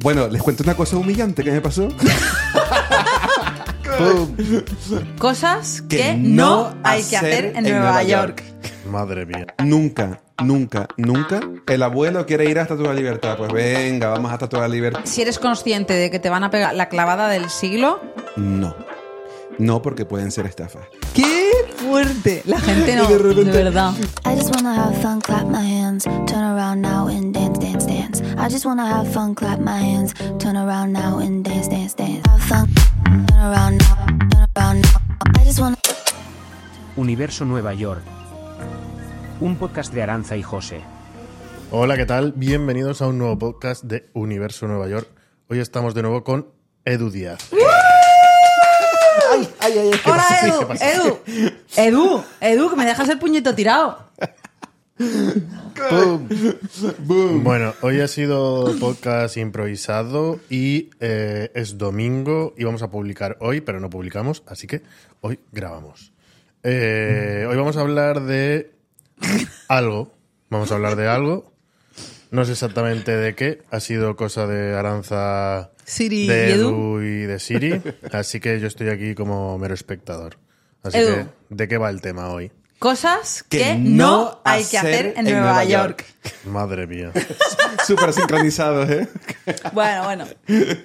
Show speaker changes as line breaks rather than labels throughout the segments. Bueno, les cuento una cosa humillante que me pasó. Pum.
Cosas que, no hay que hacer en, Nueva, York.
Madre mía.
Nunca, nunca, nunca. El abuelo quiere ir hasta toda la libertad. Pues venga, vamos hasta toda la libertad.
Si eres consciente de que te van a pegar la clavada del siglo,
No. No, porque pueden ser estafas.
¡qué fuerte! La gente no,
Y de
de,
repente-
verdad.
I just wanna have fun, clap my hands, turn around now and dance, dance, dance. I just wanna have fun, clap my hands, turn around now and dance, dance, dance. Have fun, turn around now, turn around now. I just wanna.
Universo Nueva York. Un podcast de Aranza y José.
Hola, ¿qué tal? Bienvenidos a un nuevo podcast de Universo Nueva York. Hoy estamos de nuevo con Edu Díaz.
¡Hola,
pasa? ¿Qué pasa?
Edu! ¡Edu! ¡Edu! ¡Edu, que me dejas el puñito tirado!
Bueno, hoy ha sido podcast improvisado y eh, es domingo y vamos a publicar hoy, pero no publicamos, así que hoy grabamos. Eh, hoy vamos a hablar de algo. Vamos a hablar de algo. No sé exactamente de qué. Ha sido cosa de Aranza,
Siri
de
y Edu.
Edu y de Siri. Así que yo estoy aquí como mero espectador. Así
Edu.
que, ¿de qué va el tema hoy?
Cosas que, no hay que hacer en, Nueva, York.
Madre mía.
Súper sincronizados, ¿eh?
Bueno, bueno.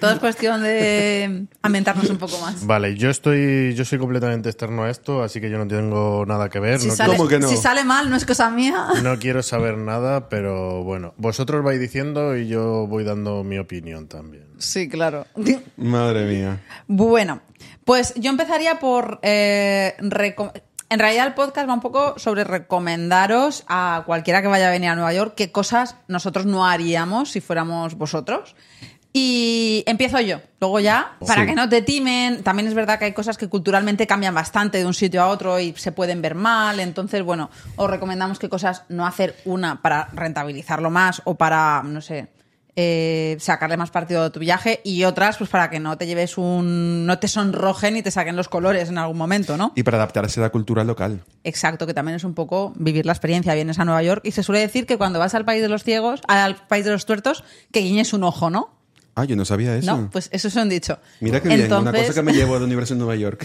Todo es cuestión de aumentarnos un poco más.
Vale, yo estoy, yo soy completamente externo a esto, así que yo no tengo nada que ver.
Si,
no,
sale,
¿Cómo que no?
si sale mal, no es cosa mía.
quiero, no quiero saber nada, pero bueno, vosotros vais diciendo y yo voy dando mi opinión también.
Sí, claro.
Madre mía.
Bueno, pues yo empezaría por... eh, reco- en realidad el podcast va un poco sobre recomendaros a cualquiera que vaya a venir a Nueva York qué cosas nosotros no haríamos si fuéramos vosotros. Y empiezo yo, luego ya, para
Sí.
que no te timen. También es verdad que hay cosas que culturalmente cambian bastante de un sitio a otro y se pueden ver mal. Entonces, bueno, os recomendamos qué cosas no hacer una para rentabilizarlo más o para, no sé, eh, sacarle más partido de tu viaje y otras, pues para que no te lleves un. no te sonrojen y te saquen los colores en algún momento, ¿no?
Y para adaptarse a la cultura local.
Exacto, que también es un poco vivir la experiencia. Vienes a Nueva York y se suele decir que cuando vas al país de los ciegos, al país de los tuertos, que guiñes un ojo, ¿no?
Ah, yo no sabía eso.
No, pues eso se han dicho.
Mira qué bien, una
Entonces-
cosa que me llevo de Universo en Nueva York.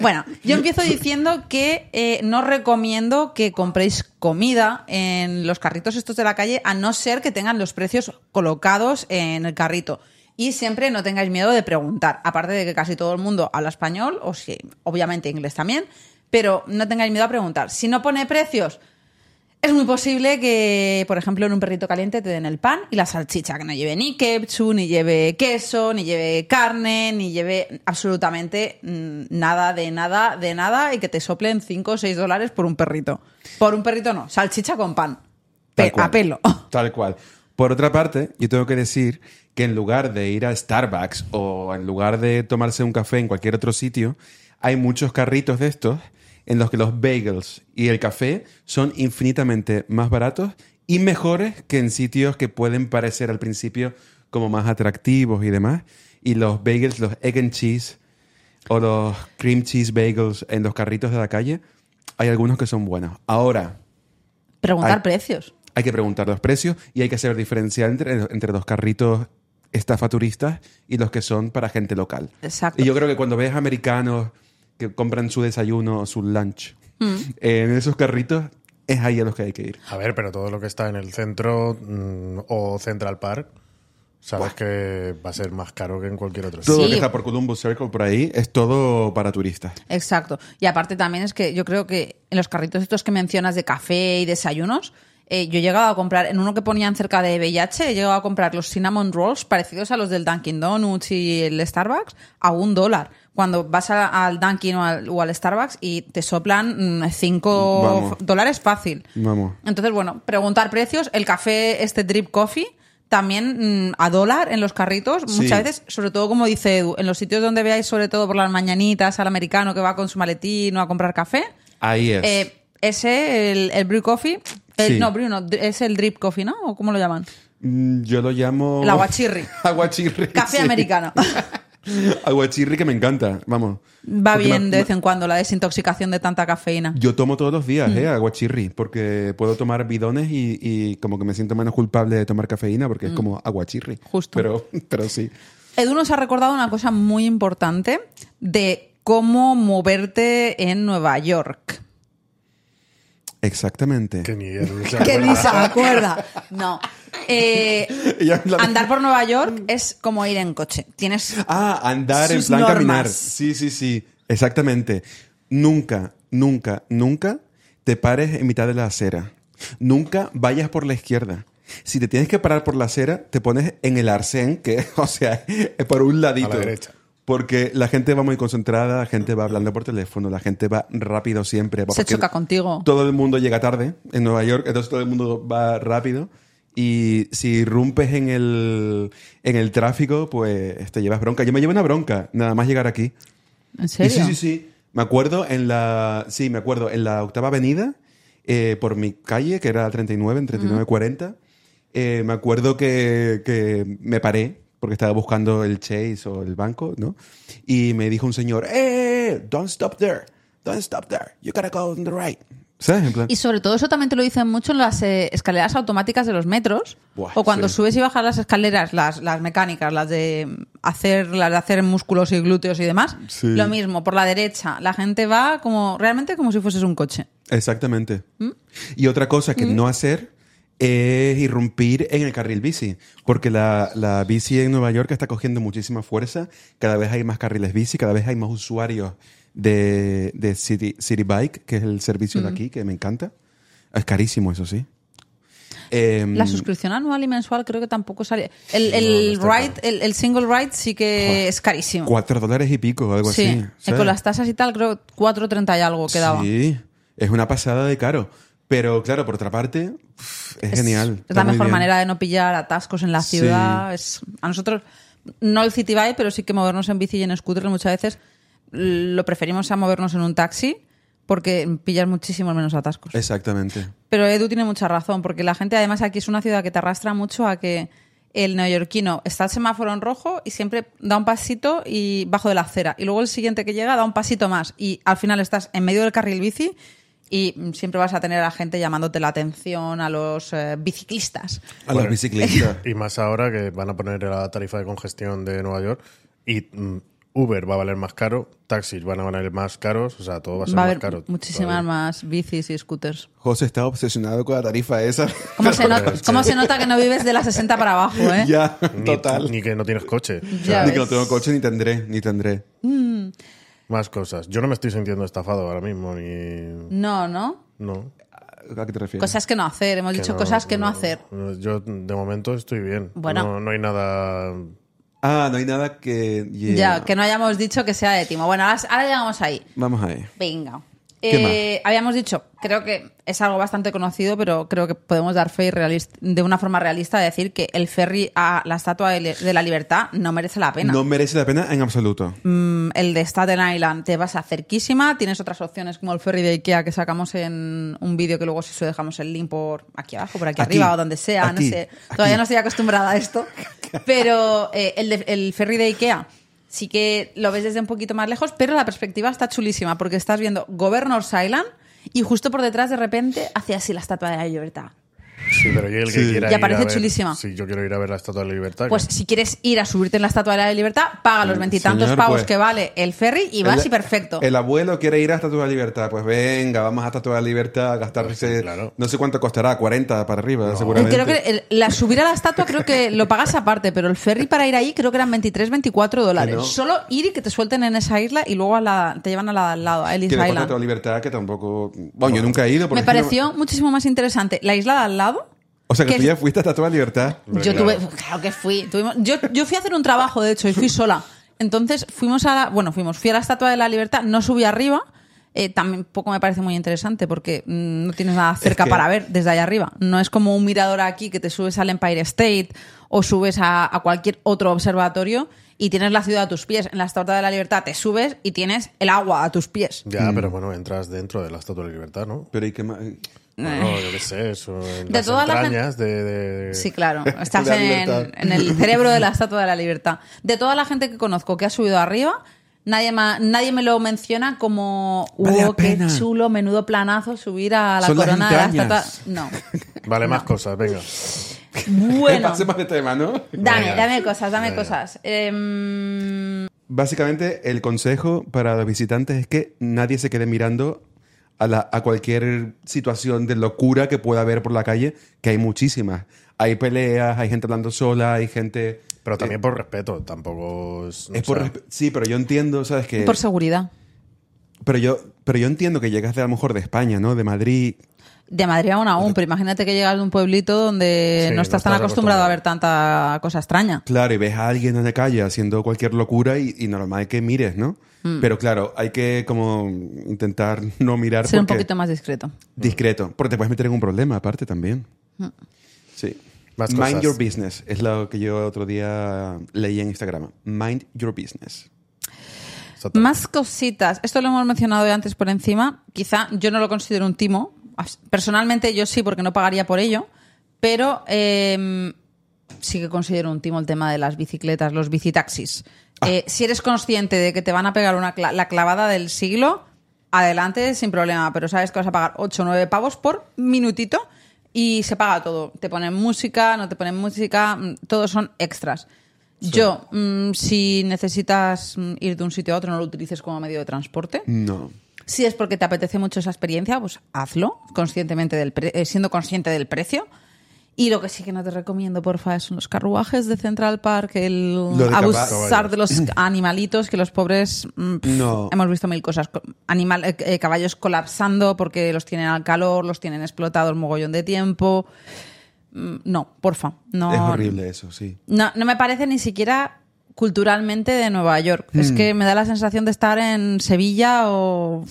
Bueno, yo empiezo diciendo que eh, no recomiendo que compréis comida en los carritos estos de la calle, a no ser que tengan los precios colocados en el carrito. Y siempre no tengáis miedo de preguntar, aparte de que casi todo el mundo habla español, o si, obviamente inglés también, pero no tengáis miedo a preguntar. Si no pone precios, es muy posible que, por ejemplo, en un perrito caliente te den el pan y la salchicha, que no lleve ni ketchup, ni lleve queso, ni lleve carne, ni lleve absolutamente mm, nada de nada de nada y que te soplen 5 o 6 dólares por un perrito. Por un perrito no, salchicha con pan.
Tal
Pe-
cual.
a pelo.
Tal cual. Por otra parte, yo tengo que decir que en lugar de ir a Starbucks o en lugar de tomarse un café en cualquier otro sitio, hay muchos carritos de estos en los que los bagels y el café son infinitamente más baratos y mejores que en sitios que pueden parecer al principio como más atractivos y demás. Y los bagels, los egg and cheese o los cream cheese bagels en los carritos de la calle, hay algunos que son buenos. Ahora,
Preguntar
Ay.
precios.
hay que preguntar los precios y hay que hacer diferenciar entre, entre los carritos estafaturistas y los que son para gente local.
Exacto.
Y yo creo que cuando ves americanos que compran su desayuno o su lunch
Mm.
en esos carritos, es ahí a los que hay que ir.
A ver, pero todo lo que está en el centro mm, o Central Park, sabes que va a ser más caro que en cualquier otro
Todo
sitio.
lo
Sí.
que está por Columbus Circle, por ahí, es todo para turistas.
Exacto. Y aparte también es que yo creo que en los carritos estos que mencionas de café y desayunos, eh, yo he llegado a comprar, en uno que ponían cerca de VIH, he llegado a comprar los cinnamon rolls parecidos a los del Dunkin' Donuts y el Starbucks a un dólar. Cuando vas a- al Dunkin' o al, o al Starbucks y te soplan mm, cinco
Vamos.
f- dólares fácil.
Vamos.
Entonces, bueno, preguntar precios. El café, este drip coffee, también mm, a dólar en los carritos.
Sí.
Muchas veces, sobre todo como dice Edu, en los sitios donde veáis, sobre todo por las mañanitas, al americano que va con su maletín o a comprar café.
Ahí es.
eh, ese, el, el brew coffee. el-
Sí.
No, brew no, dr- es el drip coffee, ¿no? ¿O cómo lo llaman?
Mm, Yo lo llamo...
El aguachirri.
aguachirri.
Café
sí.
americano.
Aguachirri que me encanta, vamos.
Va
Porque
bien
me-
de
me-
vez en cuando la desintoxicación de tanta cafeína.
Yo tomo todos los
Mm.
días, ¿eh? Aguachirri, porque puedo tomar bidones y, y como que me siento menos culpable de tomar cafeína porque es como aguachirri.
Mm. Justo.
Pero, pero sí.
Edu nos ha recordado una cosa muy importante de cómo moverte en Nueva York.
Exactamente.
Que ni él se
Que
acuerda.
ni se acuerda. No. Eh,
Ella es la- Mm.
andar por Nueva York es como ir en coche. Tienes
Ah, andar en
Sus
plan
normas.
caminar. Sí, sí, sí. Exactamente. Nunca, nunca, nunca te pares en mitad de la acera. Nunca vayas por la izquierda. Si te tienes que parar por la acera, te pones en el arcén, que, o sea, es por un ladito.
A la derecha.
Porque la gente va muy concentrada, la gente va hablando por teléfono, la gente va rápido siempre.
Se
porque
choca contigo.
Todo el mundo llega tarde en Nueva York, entonces todo el mundo va rápido. Y si rompes en el, en el tráfico, pues te llevas bronca. Yo me llevo una bronca, nada más llegar aquí.
¿En serio?
Y sí, sí, sí. Me acuerdo en la. Sí, me acuerdo. En la octava avenida, eh, por mi calle, que era 39, en 3940, eh, me acuerdo que, que me paré porque estaba buscando el Chase o el banco, ¿no? Y me dijo un señor, ¡Eh! Don't stop there. Don't stop there. You gotta go on the right. ¿Sabes? En plan,
Y sobre todo eso también te lo dicen mucho en las eh, escaleras automáticas de los metros.
Buah,
o cuando
sí.
subes y bajas las escaleras, las, las mecánicas, las de hacer, las de hacer músculos y glúteos y demás.
Sí.
Lo mismo, por la derecha. La gente va como realmente como si fueses un coche.
Exactamente.
¿Mm?
Y otra cosa que no hacer es irrumpir en el carril bici, porque la, la bici en Nueva York está cogiendo muchísima fuerza, cada vez hay más carriles bici, cada vez hay más usuarios de, de City, City Bike, que es el servicio
Mm.
de aquí, que me encanta. Es carísimo, eso sí. Em,
La suscripción anual y mensual creo que tampoco sale. El,
No,
el
no está
ride, el, el single ride sí que es carísimo.
cuatro dólares y pico, o algo
sí.
así.
Eh,
¿sabes?
Con las tasas y tal, creo 4.30 y algo quedaba.
Sí, es una pasada de caro. Pero claro, por otra parte, pf, es, genial.
Es la
está muy
mejor
bien.
manera de no pillar atascos en la
Sí.
ciudad. Es, a nosotros, no el city bike, pero sí que movernos en bici y en scooter muchas veces lo preferimos a movernos en un taxi porque pillas muchísimo menos atascos.
Exactamente.
Pero Edu tiene mucha razón, porque la gente además aquí es una ciudad que te arrastra mucho a que el neoyorquino está el semáforo en rojo y siempre da un pasito y bajo de la acera. Y luego el siguiente que llega da un pasito más y al final estás en medio del carril bici y mm, siempre vas a tener a la gente llamándote la atención, a los eh, biciclistas.
A los biciclistas.
Y más ahora que van a poner la tarifa de congestión de Nueva York y mm, Uber va a valer más caro, taxis van a valer más caros, o sea, todo va a ser
Va a
más
haber
caro.
muchísimas
todavía.
más bicis y scooters.
José está obsesionado con la tarifa esa.
¿Cómo se,
Joder,
nota,
sí.
cómo se nota que no vives de la 60 para abajo, eh?
ya,
Ni-
total.
Ni,
Ni,
que no tienes coche. O
Ya
sea,
ves.
que no tengo coche ni tendré, ni tendré.
más cosas. Yo no me estoy sintiendo estafado ahora mismo, ni.
No, ¿no?
No.
¿A qué te refieres?
Cosas que no hacer, hemos dicho cosas que no, hacer.
no, Yo de momento estoy bien.
Bueno.
No, no hay nada.
Ah, no hay nada que... yeah.
Ya, que no hayamos dicho que sea de Timo. Bueno, ahora, ahora llegamos ahí.
Vamos ahí.
Venga.
¿Qué
Eh, habíamos dicho, creo que es algo bastante conocido, pero creo que podemos dar fe y realis- de una forma realista de decir que el ferry a la Estatua de li- de la Libertad no merece la pena.
No merece la pena en absoluto.
Mm, el de Staten Island te vas a cerquísima, tienes otras opciones como el ferry de Ikea que sacamos en un vídeo que luego si eso dejamos el link por aquí abajo, por aquí,
Aquí,
arriba o donde sea,
aquí,
no sé,
aquí.
todavía no estoy acostumbrada a esto, pero eh, el, de- el ferry de Ikea sí que lo ves desde un poquito más lejos, pero la perspectiva está chulísima porque estás viendo Governor's Island y justo por detrás de repente hacia así la Estatua de la Libertad.
Sí, pero yo el que
Sí.
quiera.
Ya
ir
parece
a ver-
chulísima.
Sí, yo quiero ir a ver la Estatua de la Libertad.
Pues si quieres ir a subirte en la Estatua de la Libertad, paga los
Mm,
veintitantos
señor,
pavos
pues.
que vale el ferry y vas
El-
y perfecto.
El abuelo quiere ir hasta toda libertad. Pues venga, vamos hasta toda libertad a gastarse...
claro.
No sé cuánto costará, 40 para arriba,
Eh,
seguramente.
Creo que el- la subir a la estatua creo que lo pagas aparte, pero el ferry para ir ahí creo que eran 23, 24 dólares.
Que no.
Solo ir y que te suelten en esa isla y luego a la- te llevan a la de al lado, a Ellis
Que le falta toda
Island.
libertad que tampoco... Bueno, yo nunca he ido. por
Me
ejemplo.
pareció muchísimo más interesante la isla de al lado.
O sea, que,
que-
tú ya fuiste hasta toda libertad.
Hombre,
yo
claro.
tuve, claro que fui. Tuvimos, yo, yo fui a hacer un trabajo, de hecho, y fui sola. Entonces fuimos a la, bueno, fuimos, fui a la Estatua de la Libertad, no subí arriba. Eh, también poco me parece muy interesante porque mm, no tienes nada cerca
que-
para ver desde allá arriba. No es como un mirador aquí que te subes al Empire State o subes a, a cualquier otro observatorio y tienes la ciudad a tus pies. En la Estatua de la Libertad te subes y tienes el agua a tus pies.
Mm.
Ya, pero bueno, entras dentro de la Estatua de la Libertad, ¿no?
Pero ¿y qué más?
Bueno, yo qué sé, eso, en
Eh. De
las
todas las-
entrañas de, de-
Sí, claro. Estás
La libertad.
en, en el cerebro de la Estatua de la Libertad. De toda la gente que conozco que ha subido arriba, nadie, ma- nadie me lo menciona como
Vale la
"Hugo, qué
pena".
chulo, menudo planazo subir a la
Son las
corona de la Estatua.
entrañas.
No.
Vale, más cosas, venga.
Bueno.
Pasemos de tema, ¿no?
Dame,
Venga.
dame cosas, dame
Venga.
cosas. Em,
Básicamente, el consejo para los visitantes es que nadie se quede mirando a, la- a cualquier situación de locura que pueda haber por la calle, que hay muchísimas. Hay peleas, hay gente hablando sola, hay gente...
Pero también
Eh,
por respeto, tampoco es...
es
o
por
sea,
respe- Sí, pero yo entiendo, ¿sabes
Eh.
que
por seguridad.
Pero yo, pero yo entiendo que llegas de, a lo mejor de España, ¿no? De Madrid.
De Madrid aún aún, pero imagínate que llegas de un pueblito donde
Sí,
no estás tan acostumbrado a ver tanta cosa extraña.
Claro, y ves a alguien en la calle haciendo cualquier locura y, y normal que mires, ¿no?
Mm.
Pero claro, hay que como intentar no mirar
Ser un
porque-
poquito más discreto.
discreto, porque te puedes meter en un problema aparte también.
Mm.
Sí.
Más
Mind
cosas.
your business es lo que yo otro día leí en Instagram. Mind your business.
exacto.
Más cositas. Esto lo hemos mencionado ya antes por encima. Quizá yo no lo considero un timo. As- Personalmente yo sí, porque no pagaría por ello. Pero eh, sí que considero un timo el tema de las bicicletas, los bicitaxis. Eh, si eres consciente de que te van a pegar una cla- la clavada del siglo, adelante sin problema. Pero sabes que vas a pagar 8 o 9 pavos por minutito y se paga todo. Te ponen música, no te ponen música, mm, todos son extras. Yo, mm, si necesitas mm, ir de un sitio a otro, no lo utilices como medio de transporte.
No.
Si es porque te apetece mucho esa experiencia, pues hazlo, conscientemente del pre- eh, siendo consciente del precio. Y lo que sí que no te recomiendo, porfa, son los carruajes de Central Park, el
Lo de
abusar
caballos.
de los animalitos, que los pobres... mm, pf,
No.
Hemos visto mil cosas. Co- Animal, eh, eh, caballos colapsando porque los tienen al calor, los tienen explotados mogollón de tiempo. Mm, No, porfa. No,
Es horrible eso, sí.
no, no me parece ni siquiera culturalmente de Nueva York. Es
Mm.
que me da la sensación de estar en Sevilla o...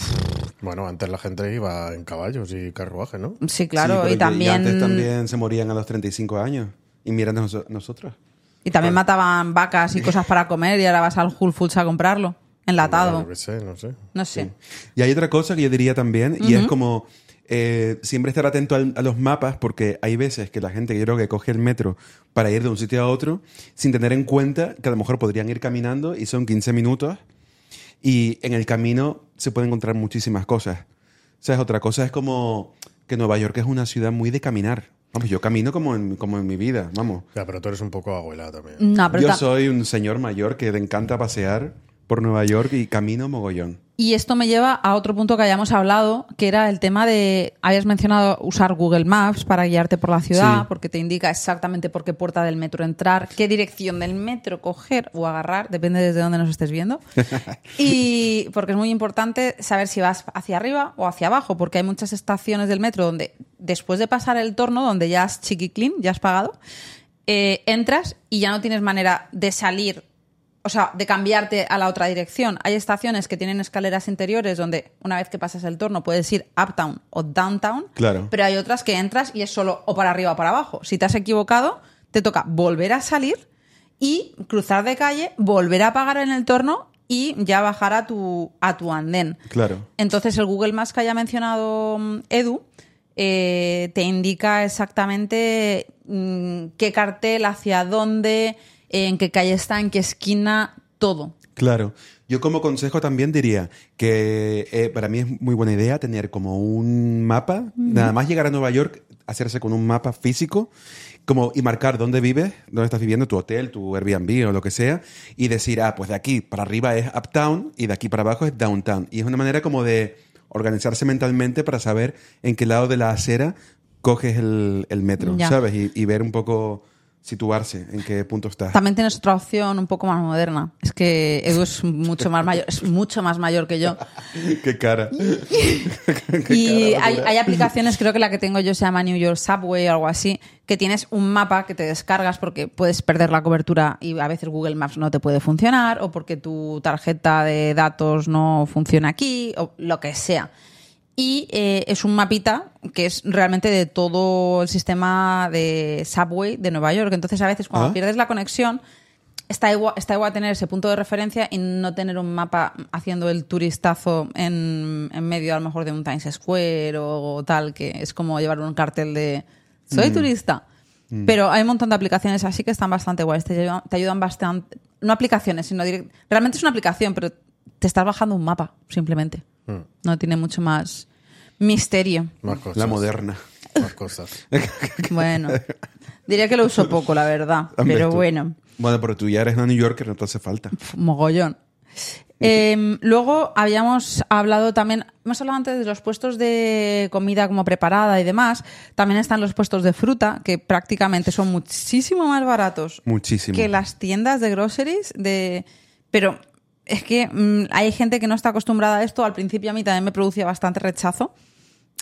Bueno, antes la gente iba en caballos y carruaje, ¿no?
Sí,
Sí,
claro,
pero
y, también, y
antes
también...
también se morían a los 35 años. Y miran noso- nosotros.
mataban vacas y cosas para comer y ahora vas al Whole Foods a comprarlo, enlatado.
Yo
pues,
qué sé, no sé.
No sé.
Y hay otra cosa que yo diría también, y es como eh, siempre estar atento al- a los mapas, porque hay veces que la gente, yo creo que coge el metro para ir de un sitio a otro, sin tener en cuenta que a lo mejor podrían ir caminando y son 15 minutos, y en el camino se pueden encontrar muchísimas cosas. O sea, es otra cosa, es como que Nueva York es una ciudad muy de caminar. Vamos, yo camino como en, como en mi vida, vamos.
Ya, pero tú eres un poco abuela también.
No, Ah, pero
Yo
ta-
soy un señor mayor que le encanta pasear por Nueva York y camino mogollón.
Y esto me lleva a otro punto que hayamos hablado, que era el tema de, habías mencionado usar Google Maps para guiarte por la ciudad,
Sí.
porque te indica exactamente por qué puerta del metro entrar, qué dirección del metro coger o agarrar, depende desde dónde nos estés viendo. y porque es muy importante saber si vas hacia arriba o hacia abajo, porque hay muchas estaciones del metro donde después de pasar el torno, donde ya has chiquiclin, ya has pagado, eh, entras y ya no tienes manera de salir, o sea, de cambiarte a la otra dirección. Hay estaciones que tienen escaleras interiores donde una vez que pasas el torno puedes ir uptown o downtown,
Claro.
pero hay otras que entras y es solo o para arriba o para abajo. Si te has equivocado, te toca volver a salir y cruzar de calle, volver a pagar en el torno y ya bajar a tu, a tu andén.
Claro.
Entonces, el Google Maps que haya mencionado mm, Edu eh, te indica exactamente mm, qué cartel, hacia dónde, en qué calle está, en qué esquina, todo.
Claro. Yo como consejo también diría que eh, para mí es muy buena idea tener como un mapa, nada más llegar a Nueva York, hacerse con un mapa físico como, y marcar dónde vives, dónde estás viviendo, tu hotel, tu Airbnb o lo que sea, y decir, ah, pues de aquí para arriba es uptown y de aquí para abajo es downtown. Y es una manera como de organizarse mentalmente para saber en qué lado de la acera coges el, el metro,
Ya.
¿sabes? Y, y ver un poco situarse en qué punto estás.
También tienes otra opción un poco más moderna. Es que Edu es mucho más mayor, es mucho más mayor que yo.
qué cara.
Y hay, hay aplicaciones, creo que la que tengo yo se llama New York Subway o algo así, que tienes un mapa que te descargas porque puedes perder la cobertura y a veces Google Maps no te puede funcionar o porque tu tarjeta de datos no funciona aquí o lo que sea. Y eh, es un mapita que es realmente de todo el sistema de Subway de Nueva York. Entonces a veces cuando
Ah.
pierdes la conexión está igual, está igual tener ese punto de referencia y no tener un mapa haciendo el turistazo en, en medio a lo mejor de un Times Square o, tal, que es como llevar un cartel de soy turista. Pero hay un montón de aplicaciones así que están bastante guays, te ayudan, te ayudan bastante. No aplicaciones, sino direct- Realmente es una aplicación, pero te estás bajando un mapa, simplemente. No tiene mucho más misterio.
Más cosas.
La moderna.
Más cosas.
Bueno, diría que lo uso poco, la verdad.
Hombre,
Pero
tú-
bueno.
Bueno, pero tú ya eres una New Yorker, no te hace falta.
Pf, mogollón. Eh, luego habíamos hablado también, hemos hablado antes de los puestos de comida como preparada y demás. También están los puestos de fruta, que prácticamente son muchísimo más baratos
Muchísimo.
que las tiendas de groceries. De... Pero es que mm, hay gente que no está acostumbrada a esto. Al principio a mí también me producía bastante rechazo.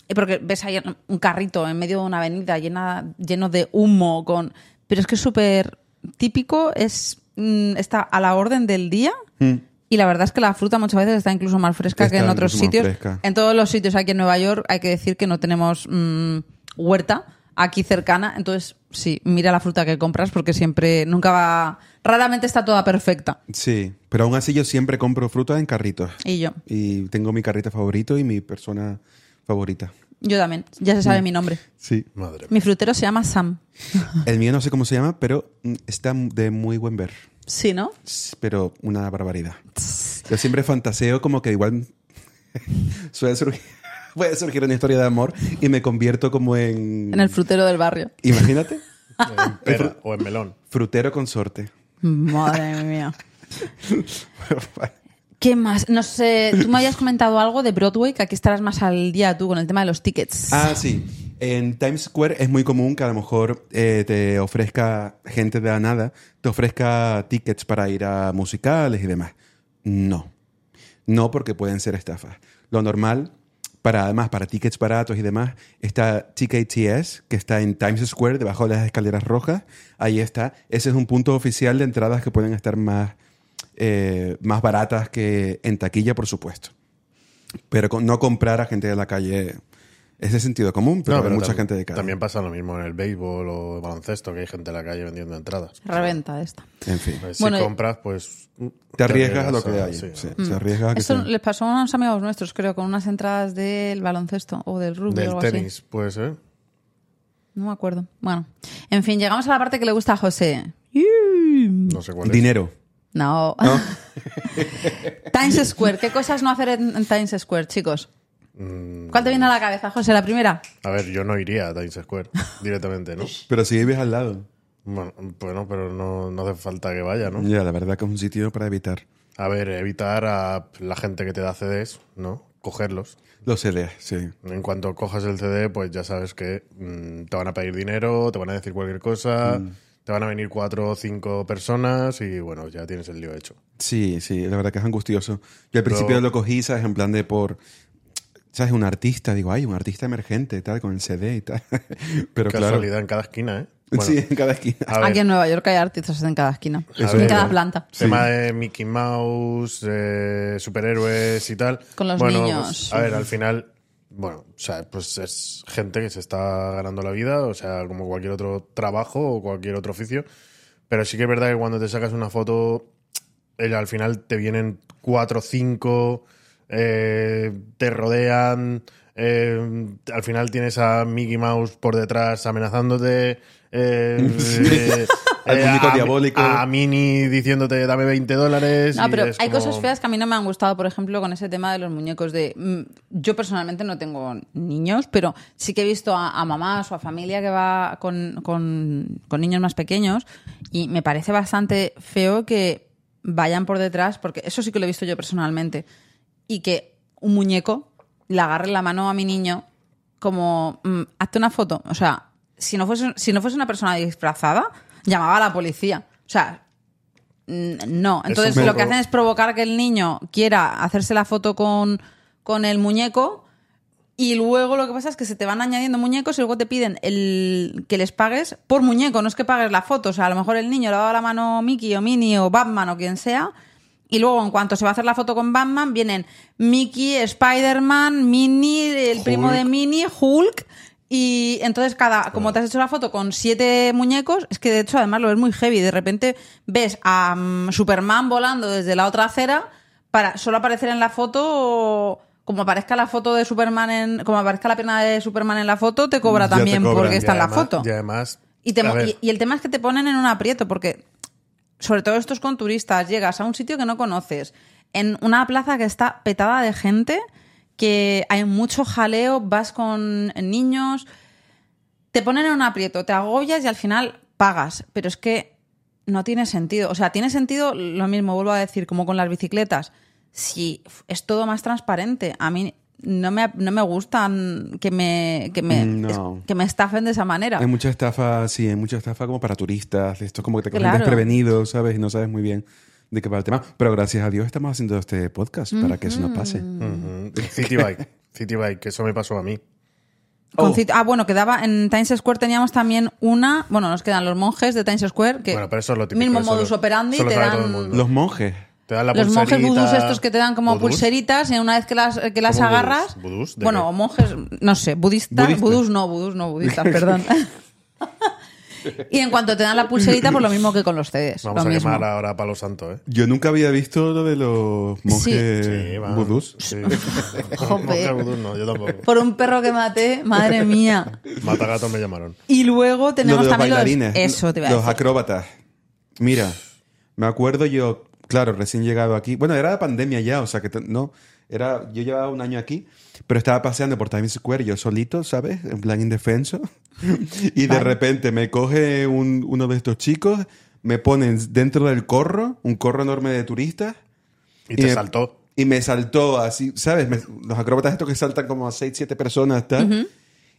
Eh, Porque ves ahí un carrito en medio de una avenida llena, lleno de humo con. Pero es que es súper típico, es mm, está a la orden del día. Y la verdad es que la fruta muchas veces está incluso más fresca que
Mm. Está
en otros
incluso más
sitios.
fresca.
En todos los sitios aquí en Nueva York hay que decir que no tenemos mm, huerta aquí cercana. Entonces, sí, mira la fruta que compras porque siempre, nunca va. Raramente está toda perfecta.
Sí, pero aún así yo siempre compro fruta en carritos.
Y yo,
Y tengo mi carrito favorito y mi persona favorita.
yo también. Ya se
Mm.
sabe mi nombre.
Sí.
Madre mía.
Mi frutero se llama Sam.
El mío no sé cómo se llama, pero mm, está de muy buen ver.
Sí, ¿no?
S- Pero una barbaridad. Yo siempre fantaseo como que igual suele surgir, puede surgir una historia de amor y me convierto como en...
En el frutero del barrio.
Imagínate,
En pera o en melón.
frutero consorte.
Madre mía. ¿Qué más? No sé, tú me habías comentado algo de Broadway, que aquí estarás más al día tú con el tema de los tickets.
Ah, sí. En Times Square es muy común que a lo mejor eh, te ofrezca gente de la nada, te ofrezca tickets para ir a musicales y demás. No. No porque pueden ser estafas. Lo normal, para además, para tickets baratos y demás, está TKTS, que está en Times Square, debajo de las escaleras rojas. Ahí está. Ese es un punto oficial de entradas que pueden estar más, eh, más baratas que en taquilla, por supuesto. Pero con- no comprar a gente de la calle es de sentido común, pero,
No,
hay mucha
tam-
gente de calle.
También pasa lo mismo en el béisbol o baloncesto, que hay gente en la calle vendiendo entradas.
Reventa esta.
En fin.
Eh, Si
Bueno, y-
compras, pues.
Te arriesgas a lo que
a-
hay.
sí,
sí,
¿no?
Te arriesgas a que
Esto
sea.
les pasó a unos amigos nuestros, creo, con unas entradas del baloncesto o del rugby o
Del
algo
tenis, pues, ¿eh?
así.
puede ser.
No me acuerdo. Bueno, en fin, llegamos a la parte que le gusta a José. Mm.
No sé cuál es.
Dinero.
No.
¿no?
Times Square. ¿Qué cosas no hacer en en Times Square, chicos?
Mm.
¿Cuál te viene a la cabeza, José? ¿La primera?
A ver, yo no iría a Times Square directamente, ¿no?
pero si vives al lado.
Bueno, bueno pero no, no hace falta que vaya, ¿no?
Ya, la verdad que es un sitio para evitar
A ver, evitar a la gente que te da CDs, ¿no? Cogerlos.
los CDs, sí.
En cuanto cojas el CD, pues ya sabes que mm, te van a pedir dinero, te van a decir cualquier cosa,
Mm.
te van a venir cuatro o cinco personas y bueno, ya tienes el lío hecho.
Sí, sí, la verdad que es angustioso. Yo al principio
Luego-
lo cogí, ¿sabes? En plan de por. ¿Sabes? Un artista, digo, ay, un artista emergente, tal, con el CD y tal. Pero claro.
Casualidad en cada esquina, ¿eh?
sí, en cada esquina.
a ver,
Aquí en Nueva York hay artistas en cada esquina.
Eso
en
es
cada
verdad.
planta.
Tema de Mickey Mouse, eh, superhéroes y tal.
Con los
Bueno,
niños.
pues, a ver, al final, bueno, o sea, pues es gente que se está ganando la vida, o sea, como cualquier otro trabajo o cualquier otro oficio. Pero sí que es verdad que cuando te sacas una foto, eh, al final te vienen cuatro o cinco, eh, te rodean. eh, al final tienes a Mickey Mouse por detrás amenazándote. eh, eh,
Al
eh,
muñeco
a-
diabólico.
a Mini diciéndote dame 20 dólares.
No,
y
pero hay
es como-
cosas feas que a mí no me han gustado, por ejemplo, con ese tema de los muñecos. De, mm, yo personalmente no tengo niños, pero sí que he visto a, a mamás o a familia que va con, con- con niños más pequeños y me parece bastante feo que vayan por detrás, porque eso sí que lo he visto yo personalmente, y que un muñeco le agarre la mano a mi niño como, mm, hazte una foto. O sea, si no fuese, si no fuese una persona disfrazada, llamaba a la policía. O sea... mm, No,
un
entonces lo
poco-
que hacen es provocar que el niño quiera hacerse la foto con, con el muñeco y luego lo que pasa es que se te van añadiendo muñecos y luego te piden el que les pagues por muñeco, no es que pagues la foto. O sea, a lo mejor el niño le ha dado la mano a Mickey o Minnie o Batman o quien sea. Y luego, en cuanto se va a hacer la foto con Batman, vienen Mickey, Spider-Man, Minnie, el primo de Minnie, Hulk. Y entonces cada, como te has hecho la foto con siete muñecos, es que de hecho además lo ves muy heavy. De repente ves a mm, Superman volando desde la otra acera para solo aparecer en la foto como aparezca la foto de Superman en, como aparezca la pierna de Superman en la foto, te cobra
Mm, Ya te
también
cobran,
porque está en la
además-
foto.
Y además.
Y, te
a
mo-
ver,
y- y el tema es que te ponen en un aprieto, porque sobre todo estos con turistas, llegas a un sitio que no conoces, en una plaza que está petada de gente, que hay mucho jaleo, vas con niños, te ponen en un aprieto, te agobias y al final pagas. Pero es que no tiene sentido. O sea, tiene sentido lo mismo, vuelvo a decir, como con las bicicletas. Si es todo más transparente, a mí no me, no me gustan que me, que, me,
No.
es- que me estafen de esa manera.
Hay mucha estafa, sí, hay mucha estafa como para turistas, esto como que te cogen
Claro.
desprevenido, ¿sabes? Y no sabes muy bien de qué va el tema. Pero gracias a Dios estamos haciendo este podcast para que eso no pase.
ujú, City Bike. City Bike, que eso me pasó a mí.
Con
Oh.
cit- ah, bueno, quedaba en Times Square teníamos también una. Bueno, nos quedan los monjes de Times Square. Que
Bueno, pero eso es lo típico.
Mismo
eso lo-
modus operandi,
eso lo
te
sabe todo el
dan-
mundo.
Los monjes.
Te dan la
los monjes
pulserita,
vudús estos que te dan como
vudús.
pulseritas y una vez que las, eh, que las
¿Cómo vudús?
agarras.
¿Vudús? ¿De
Bueno,
qué?
o monjes, no sé, budistas.
Budistas.
Vudús no, vudús no, budistas, perdón. y en cuanto te dan la pulserita, pues lo mismo que con los CDs.
Vamos
lo
a
mismo.
quemar ahora a Palo Santo, ¿eh?
Yo nunca había visto lo de los monjes
Sí, va.
vudús.
Sí.
Jope.
Monjes vudús no, yo tampoco.
Por un perro que maté, madre mía.
Matagato me llamaron.
Y luego tenemos
Lo de los
también
bailarines,
los. Eso, te iba a
los
decir.
acróbatas. Mira, me acuerdo yo, claro, recién llegado aquí. Bueno, era la pandemia ya, o sea que t- no. Era, yo llevaba un año aquí, pero estaba paseando por Times Square yo solito, ¿sabes? En plan indefenso. y de repente me coge un- uno de estos chicos, me ponen dentro del corro, un corro enorme de turistas.
Y te
me-
saltó.
Y me saltó así, ¿sabes? Me- los acróbatas estos que saltan como a 6, 7 personas, tal.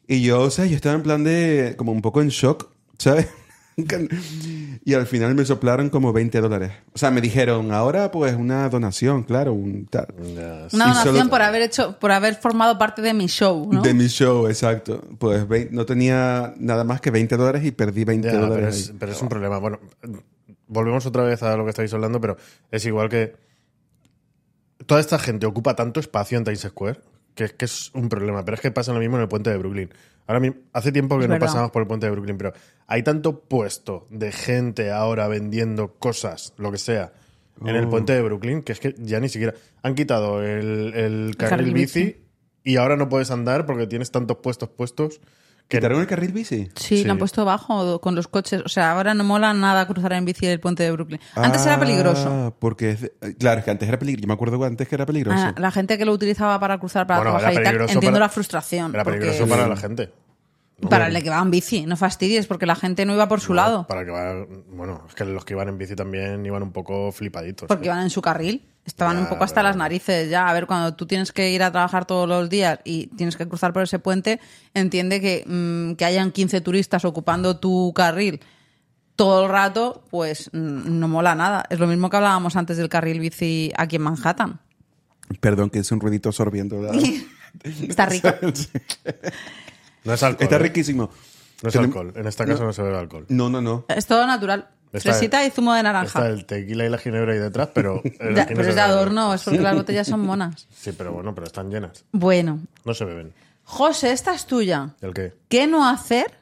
Y yo, o sea, yo estaba en plan de, como un poco en shock, ¿sabes? y al final me soplaron como 20 dólares. O sea, me dijeron, ahora pues una donación, claro, un tal.
Una
y solo-
donación por haber hecho, por haber formado parte de mi show, ¿no?
De mi show, exacto. Pues ve- no tenía nada más que 20 dólares y perdí 20
Ya, pero,
dólares.
es,
ahí.
pero es un problema. Bueno, volvemos otra vez a lo que estáis hablando, pero es igual que toda esta gente ocupa tanto espacio en Times Square que es que es un problema. Pero es que pasa lo mismo en el puente de Brooklyn. Ahora mismo, hace tiempo que
Es
no
verdad.
pasamos por el puente de Brooklyn, pero hay tanto puesto de gente ahora vendiendo cosas, lo que sea, en
Mm.
el puente de Brooklyn, que es que ya ni siquiera. Han quitado el, el carril,
carril
bici,
bici.
y ahora no puedes andar porque tienes tantos puestos puestos que
¿Quitaron el carril bici?
Sí,
Sí.
lo han puesto bajo con los coches. O sea, ahora no mola nada cruzar en bici el puente de Brooklyn. Antes era
Ah,
peligroso.
Porque, es de- claro, es que antes era peligroso. Yo me acuerdo que antes que era peligroso.
Ah, la gente que lo utilizaba para cruzar, para
Bueno, era
trabajar y tal,
peligroso
entiendo
para-
la frustración.
era
porque-
peligroso para la gente.
para el que va en bici, no fastidies, porque la gente no iba por su lado,
Para que vayan- Bueno, es que los que iban en bici también iban un poco flipaditos.
porque
¿eh?
iban en su carril. Estaban
Ya,
un poco hasta
pero-
las narices ya. A ver, cuando tú tienes que ir a trabajar todos los días y tienes que cruzar por ese puente, entiende que, mm, que hayan 15 turistas ocupando tu carril todo el rato, pues mm, no mola nada. Es lo mismo que hablábamos antes del carril bici aquí en Manhattan.
Perdón, que es un ruidito sorbiendo. la-
Está rico.
No es alcohol.
Está
¿eh?
riquísimo.
No es
Tenem-
alcohol. En esta casa no, se bebe alcohol.
No, no, no.
Es todo natural.
Está-
Fresita y zumo de
Está
naranja.
el tequila y la ginebra ahí detrás, pero. eh,
Ya,
aquí no
pero
se
es de
bebe.
adorno, es porque las botellas son monas.
Sí, pero bueno, pero están llenas.
Bueno,
No se beben.
José, esta es tuya.
¿El qué?
¿Qué no hacer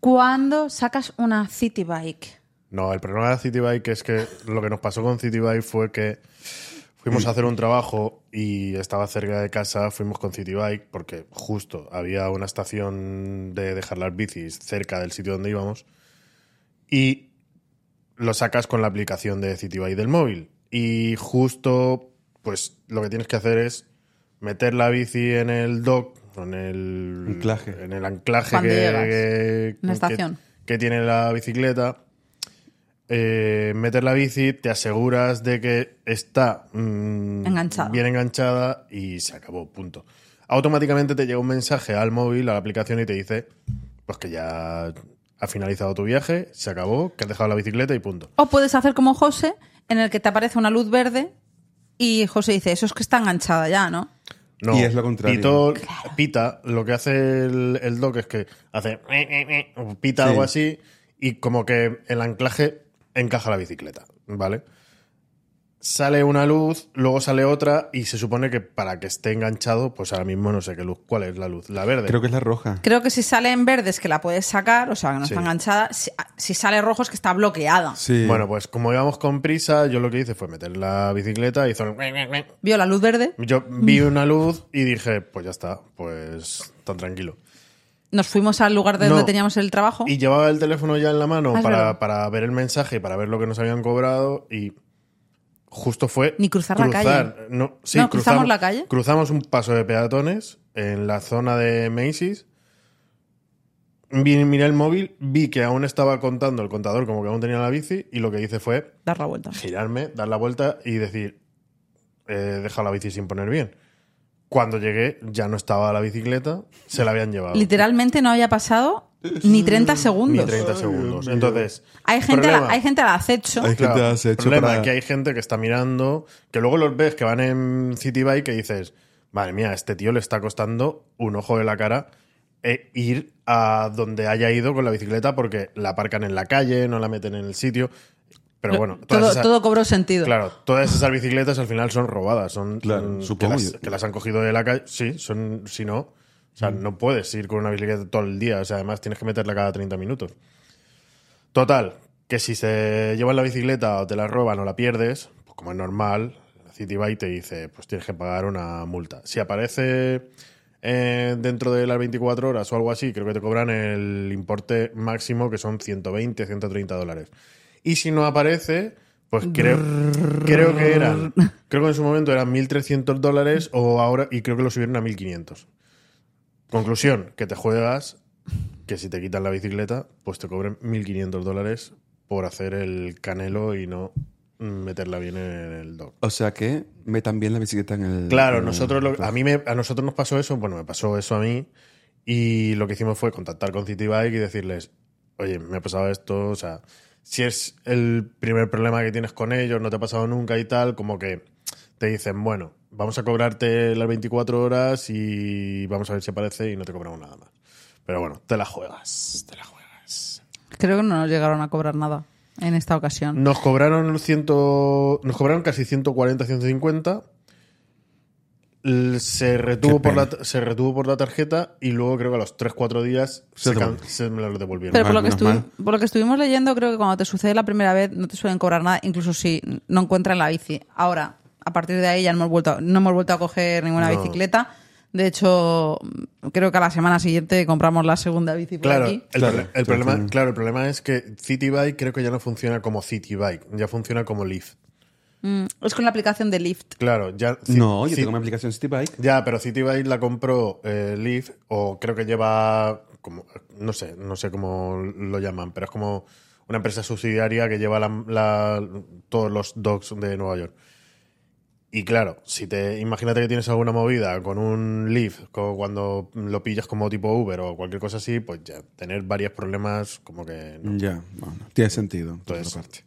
cuando sacas una city bike?
No, el problema de la City Bike es que lo que nos pasó con City Bike fue que fuimos a hacer un trabajo y estaba cerca de casa, fuimos con City Bike porque justo había una estación de dejar las bicis cerca del sitio donde íbamos y lo sacas con la aplicación de City Bike del móvil y justo pues lo que tienes que hacer es meter la bici en el dock, en el
Anclaje.
en el anclaje
Cuando
que-
llegas.
que-
En la
que-
estación.
que tiene la bicicleta eh, meter la bici, te aseguras de que está mm,
Enganchada.
bien enganchada y se acabó, punto. Automáticamente te llega un mensaje al móvil, a la aplicación y te dice pues que ya ha finalizado tu viaje, se acabó, que has dejado la bicicleta y punto.
O puedes hacer como José, en el que te aparece una luz verde y José dice, eso es que está enganchada ya, ¿no?
No,
Y es lo contrario.
Pito- Pita, lo que hace el, el doc es que hace eh, eh, eh, pita
Sí.
algo así y como que el anclaje encaja la bicicleta, ¿vale? sale una luz, luego sale otra y se supone que para que esté enganchado, pues ahora mismo no sé qué luz. ¿Cuál es la luz? La verde.
Creo que es la roja.
Creo que si sale en verde es que la puedes sacar, o sea, que no está
Sí.
enganchada. Si, ah, si sale rojo es que está bloqueada.
Sí.
Bueno, pues como íbamos con prisa, yo lo que hice fue meter la bicicleta y hizo... un-
¿Vio la luz verde?
Yo vi una luz y dije, pues ya está, pues tan tranquilo.
Nos fuimos al lugar de
No.
donde teníamos el trabajo.
Y llevaba el teléfono ya en la mano
Ah, es
para,
verdad.
para ver el mensaje y para ver lo que nos habían cobrado y justo fue...
Ni cruzar la calle.
No, sí,
No, cruzamos
cruzamos
la calle.
Cruzamos un paso de peatones en la zona de Macy's. Vi- Miré el móvil, vi que aún estaba contando el contador como que aún tenía la bici y lo que hice fue
Dar la vuelta.
girarme, dar la vuelta y decir, he dejado la bici sin poner bien. Cuando llegué ya no estaba la bicicleta, se la habían llevado.
Literalmente no había pasado ni 30
Mm, Ni
segundos.
30 segundos. Entonces,
Hay gente, a la-
problema.
hay gente al acecho.
Hay- gente
Claro,
hace hecho
problema
para-
que hay gente que está mirando, que luego los ves que van en City Bike que dices, madre mía, a este tío le está costando un ojo de la cara eh, ir a donde haya ido con la bicicleta porque la aparcan en la calle, no la meten en el sitio. Pero bueno, todas
todo,
esas-
todo cobró sentido.
Claro, todas esas bicicletas al final son robadas, son
Claro,
mm,
supongo
que, las,
yo.
que las han cogido de la calle. Sí, son, si no, o sea,
Mm.
no puedes ir con una bicicleta todo el día, o sea, además tienes que meterla cada 30 minutos. Total, que si se llevan la bicicleta o te la roban o la pierdes, pues como es normal, la City Bike te dice, pues tienes que pagar una multa. Si aparece eh, dentro de las 24 horas o algo así, creo que te cobran el importe máximo que son 120, 130 dólares. Y si no aparece, pues creo, creo que eran, creo que en su momento eran 1.300 dólares o ahora, y creo que lo subieron a 1.500. Conclusión, que te juegas que si te quitan la bicicleta, pues te cobren 1.500 dólares por hacer el canelo y no meterla bien en el dock.
O sea que metan bien la bicicleta en el.
Claro,
en el-
nosotros lo- a mí me- a nosotros nos pasó eso, bueno, me pasó eso a mí y lo que hicimos fue contactar con Citibike y decirles, "Oye, me ha pasado esto, o sea, si es el primer problema que tienes con ellos, no te ha pasado nunca y tal, como que te dicen, bueno, vamos a cobrarte las 24 horas y vamos a ver si aparece y no te cobramos nada más. Pero bueno, te la juegas, te la juegas.
Creo que no nos llegaron a cobrar nada en esta ocasión.
Nos cobraron ciento, nos cobraron casi 140, 150. L- Se retuvo,
Qué
por la,
pena.
ta- se retuvo por la tarjeta y luego creo que a los 3-4 días
Se
se,
lo
can-
devolvieron.
se me lo devolvieron.
Pero por lo, que
Menos mal.
estuvi- por lo que estuvimos leyendo, creo que cuando te sucede la primera vez no te suelen cobrar nada, incluso si no encuentran la bici. Ahora, a partir de ahí ya no hemos vuelto, no hemos vuelto a coger ninguna
No.
bicicleta. De hecho, creo que a la semana siguiente compramos la segunda bici por
Claro, el,
aquí.
Claro,
proble- el
sí,
problema,
sí.
claro, el problema es que Citybike creo que ya no funciona como Citybike, ya funciona como Lyft.
Mm, Es con la aplicación de Lyft.
Claro, ya. Ci-
No, yo
Ci-
tengo una aplicación City Bike.
Ya, pero Citybike la compró eh, Leaf o creo que lleva como no sé, no sé cómo lo llaman, pero es como una empresa subsidiaria que lleva la- la- todos los dogs de Nueva York. Y claro, si te imagínate que tienes alguna movida con un Leaf, co- cuando lo pillas como tipo Uber o cualquier cosa así, pues ya tener varios problemas como que no.
Ya, bueno, tiene sentido. por
Entonces-
otra parte.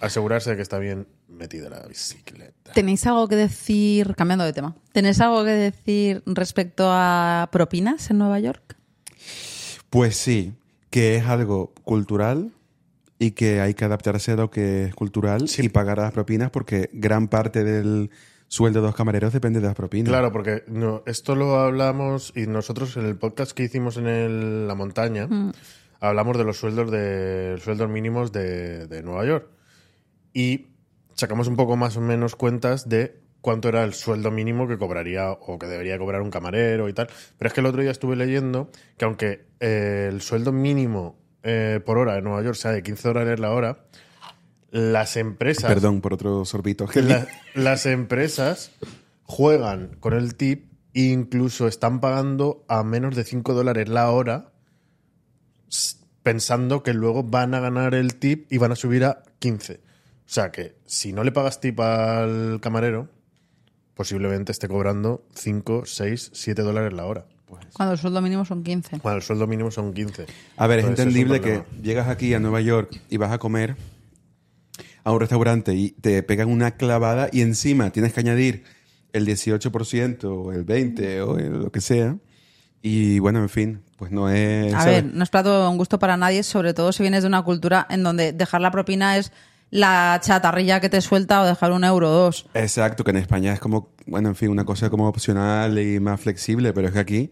asegurarse de que está bien metida la bicicleta.
¿Tenéis algo que decir, cambiando de tema, ¿tenéis algo que decir respecto a propinas en Nueva York?
Pues sí, que es algo cultural y que hay que adaptarse a lo que es cultural
Sí.
y pagar las propinas porque gran parte del sueldo de los camareros depende de las propinas.
Claro, porque no, esto lo hablamos y nosotros en el podcast que hicimos en el- la montaña hablamos de los sueldos de sueldos mínimos de, de Nueva York y sacamos un poco más o menos cuentas de cuánto era el sueldo mínimo que cobraría o que debería cobrar un camarero y tal. Pero es que el otro día estuve leyendo que aunque eh, el sueldo mínimo eh, por hora en Nueva York sea de 15 dólares la hora, las empresas
Perdón por otro sorbito.
que la- las empresas juegan con el tip e incluso están pagando a menos de 5 dólares la hora s- pensando que luego van a ganar el tip y van a subir a 15. O sea que si no le pagas tip al camarero, posiblemente esté cobrando 5, 6, 7 dólares la hora.
Cuando el sueldo mínimo son 15.
Bueno, el sueldo mínimo son 15.
A ver, es
Entonces, un
entendible que
problema.
llegas aquí a Nueva York y vas a comer a un restaurante y te pegan una clavada y encima tienes que añadir el 18% o el 20% o el- lo que sea. Y bueno, en fin, pues no es...
A
¿sabes?
ver, no es plato un gusto para nadie, sobre todo si vienes de una cultura en donde dejar la propina es la chatarrilla que te suelta o dejar un euro o dos.
Exacto, que en España es como, bueno, en fin, una cosa como opcional y más flexible, pero es que aquí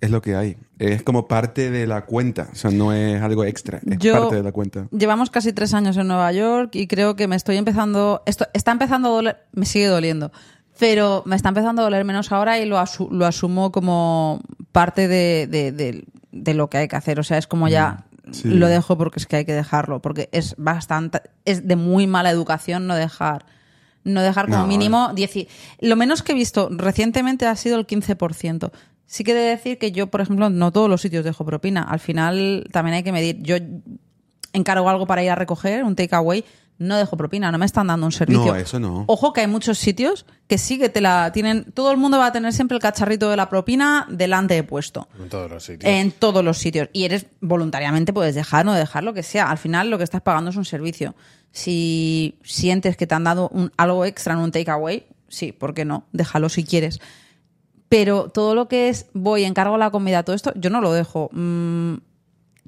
es lo que hay. Es como parte de la cuenta, o sea, no es algo extra, es
Yo-
parte de la cuenta.
Llevamos casi tres años en Nueva York y creo que me estoy empezando. Esto está empezando a doler. Me sigue doliendo. Pero me está empezando a doler menos ahora y lo, asu- lo asumo como parte de, de- de- de lo que hay que hacer. O sea, es como ya
Mm, sí.
lo dejo porque es que hay que dejarlo. Porque es bastante. Es de muy mala educación no dejar. No dejar como
No, eh.
mínimo 10. Lo menos que he visto recientemente ha sido el 15%. Sí que he de decir que yo, por ejemplo, no todos los sitios dejo propina. Al final también hay que medir. Yo encargo algo para ir a recoger, un takeaway, no dejo propina, no me están dando un servicio.
No, eso no.
Ojo que hay muchos sitios que sí que te la tienen. Todo el mundo va a tener siempre el cacharrito de la propina delante de puesto.
En todos los sitios.
En todos los sitios. Y eres voluntariamente, puedes dejar, no dejar, lo que sea. Al final lo que estás pagando es un servicio. Si sientes que te han dado un- algo extra en un takeaway, sí, ¿por qué no? Déjalo si quieres. Pero todo lo que es voy, encargo la comida, todo esto, yo no lo dejo. Mm,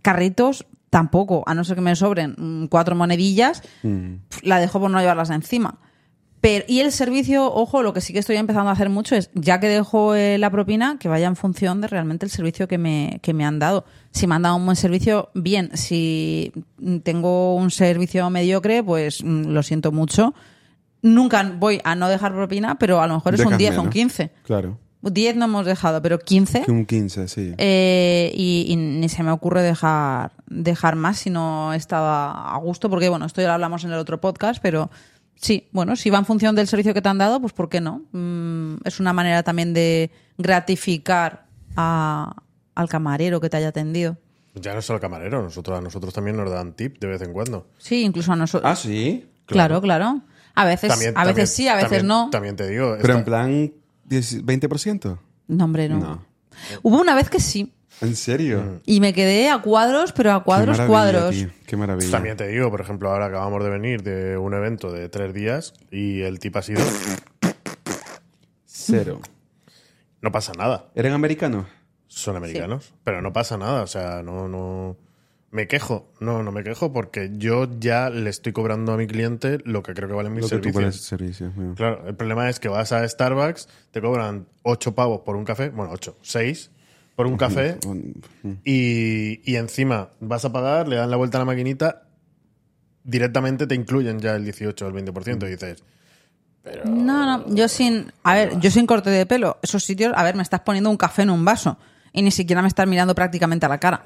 carritos tampoco, a no ser que me sobren mm, cuatro monedillas,
Mm,
pf, la dejo por no llevarlas encima. Pero, y el servicio, ojo, lo que sí que estoy empezando a hacer mucho es, ya que dejo eh, la propina, que vaya en función de realmente el servicio que me, que me han dado. Si me han dado un buen servicio, bien. Si mm, tengo un servicio mediocre, pues mm, lo siento mucho. Nunca voy a no dejar propina, pero a lo mejor es un
Dejas
10 o un
menos.
15.
Claro,
10 no hemos dejado, pero 15.
que un 15, sí.
Eh, y, y ni se me ocurre dejar, dejar más si no estaba a gusto, porque bueno, esto ya lo hablamos en el otro podcast, pero sí, bueno, si va en función del servicio que te han dado, pues ¿por qué no? Mm, es una manera también de gratificar a- al camarero que te haya atendido.
Ya no solo camarero, nosotros, a nosotros también nos dan tip de vez en cuando.
Sí, incluso a nosotros.
ah, sí.
claro, claro, A veces,
También-
Pues, a veces
también-
sí, a veces
también-
no.
También te digo.
Pero
esta-
en plan, 10 20%.
No, hombre, no.
No.
Hubo una vez que sí.
¿En
Mm.
serio?
Y me quedé a cuadros, pero a cuadros,
Qué maravilla,
cuadros.
tío, Qué maravilla.
Pues También te digo, por ejemplo, ahora acabamos de venir de un evento de tres días y el tip ha sido.
Cero.
No pasa nada.
¿Eran americanos?
Son americanos. Pero no pasa nada. O sea, no, no. Me quejo. No, no me quejo porque yo ya le estoy cobrando a mi cliente lo que creo que valen mis
Lo que tú
servicios.
pones servicios. mira.
Claro, el problema es que vas a Starbucks, te cobran 8 pavos por un café, bueno, 8, 6 por un café y, y encima vas a pagar, le dan la vuelta a la maquinita, directamente te incluyen ya el 18 o el
Mm.
20% y dices,
No, no, yo sin. A ver, yo sin corte de pelo. Esos sitios, a ver, me estás poniendo un café en un vaso y ni siquiera me estás mirando prácticamente a la cara.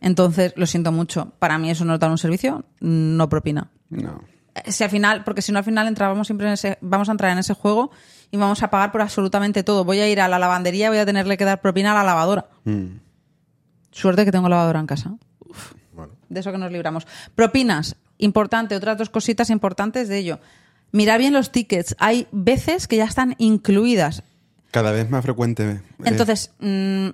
Entonces, lo siento mucho. Para mí eso no es dar un servicio, no propina.
No.
Eh, Si al final, porque si no al final entrábamos siempre en ese, vamos a entrar en ese juego y vamos a pagar por absolutamente todo. Voy a ir a la lavandería, voy a tenerle que dar propina a la lavadora. Suerte que tengo lavadora en casa.
bueno,
De eso que nos libramos. Propinas, importante, otras dos cositas importantes de ello. Mirar bien los tickets. Hay veces que ya están incluidas.
Cada vez más frecuente. eh.
Entonces, mm,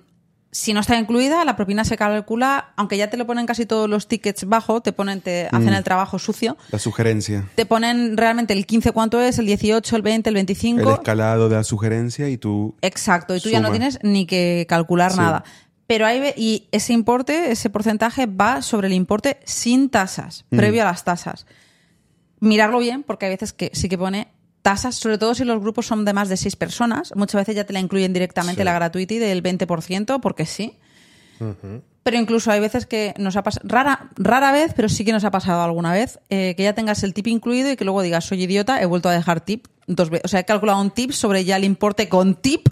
si no está incluida, la propina se calcula, aunque ya te lo ponen casi todos los tickets bajo, te ponen, te hacen el trabajo sucio,
la sugerencia.
te ponen realmente el 15 cuánto es, el 18, el 20, el
El
25.
escalado de la sugerencia y tú.
Exacto, y tú ya no
Suma.
tienes ni que calcular
Sí.
nada. Pero hay ve- y ese importe, ese porcentaje va sobre el importe sin tasas,
Mm.
previo a las tasas. Mirarlo bien, porque hay veces que sí que pone tasas, sobre todo si los grupos son de más de seis personas. Muchas veces ya te la incluyen directamente la gratuity del 20%, porque sí. Pero incluso hay veces que nos ha pasado, rara, rara vez, pero sí que nos ha pasado alguna vez, eh, que ya tengas el tip incluido y que luego digas, soy idiota, he vuelto a dejar tip dos veces. O sea, he calculado un tip sobre ya el importe con tip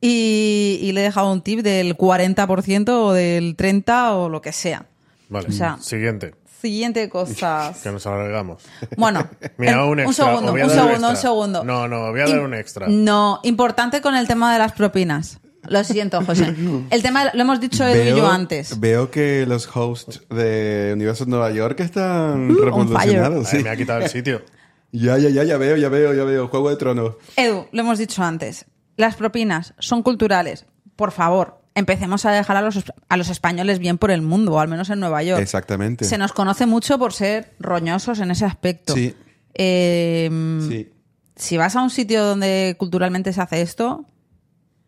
y, y le he dejado un tip del 40% o del 30% o lo que sea.
vale.
O sea-
Siguiente,
Siguiente cosa.
que nos alargamos.
Bueno,
Mira,
eh,
un extra. os
segundo,
voy a
un
dar
segundo, un
extra.
segundo.
No, no, voy a dar
In-
un extra.
No, importante con el tema de las propinas. Lo siento, José. El tema, lo hemos dicho Edu y yo antes.
veo que los hosts de Universo Nueva York
Mm,
están
Ay,
revolucionados. sí.
me ha quitado el sitio.
Ya, ya, ya, ya veo, ya veo, ya veo. Juego de Tronos.
Edu, lo hemos dicho antes, las propinas son culturales. Por favor, empecemos a dejar a los, a los españoles bien por el mundo, o al menos en Nueva York.
Exactamente.
Se nos conoce mucho por ser roñosos en ese aspecto.
Sí.
Eh,
Sí.
Si vas a un sitio donde culturalmente se hace esto,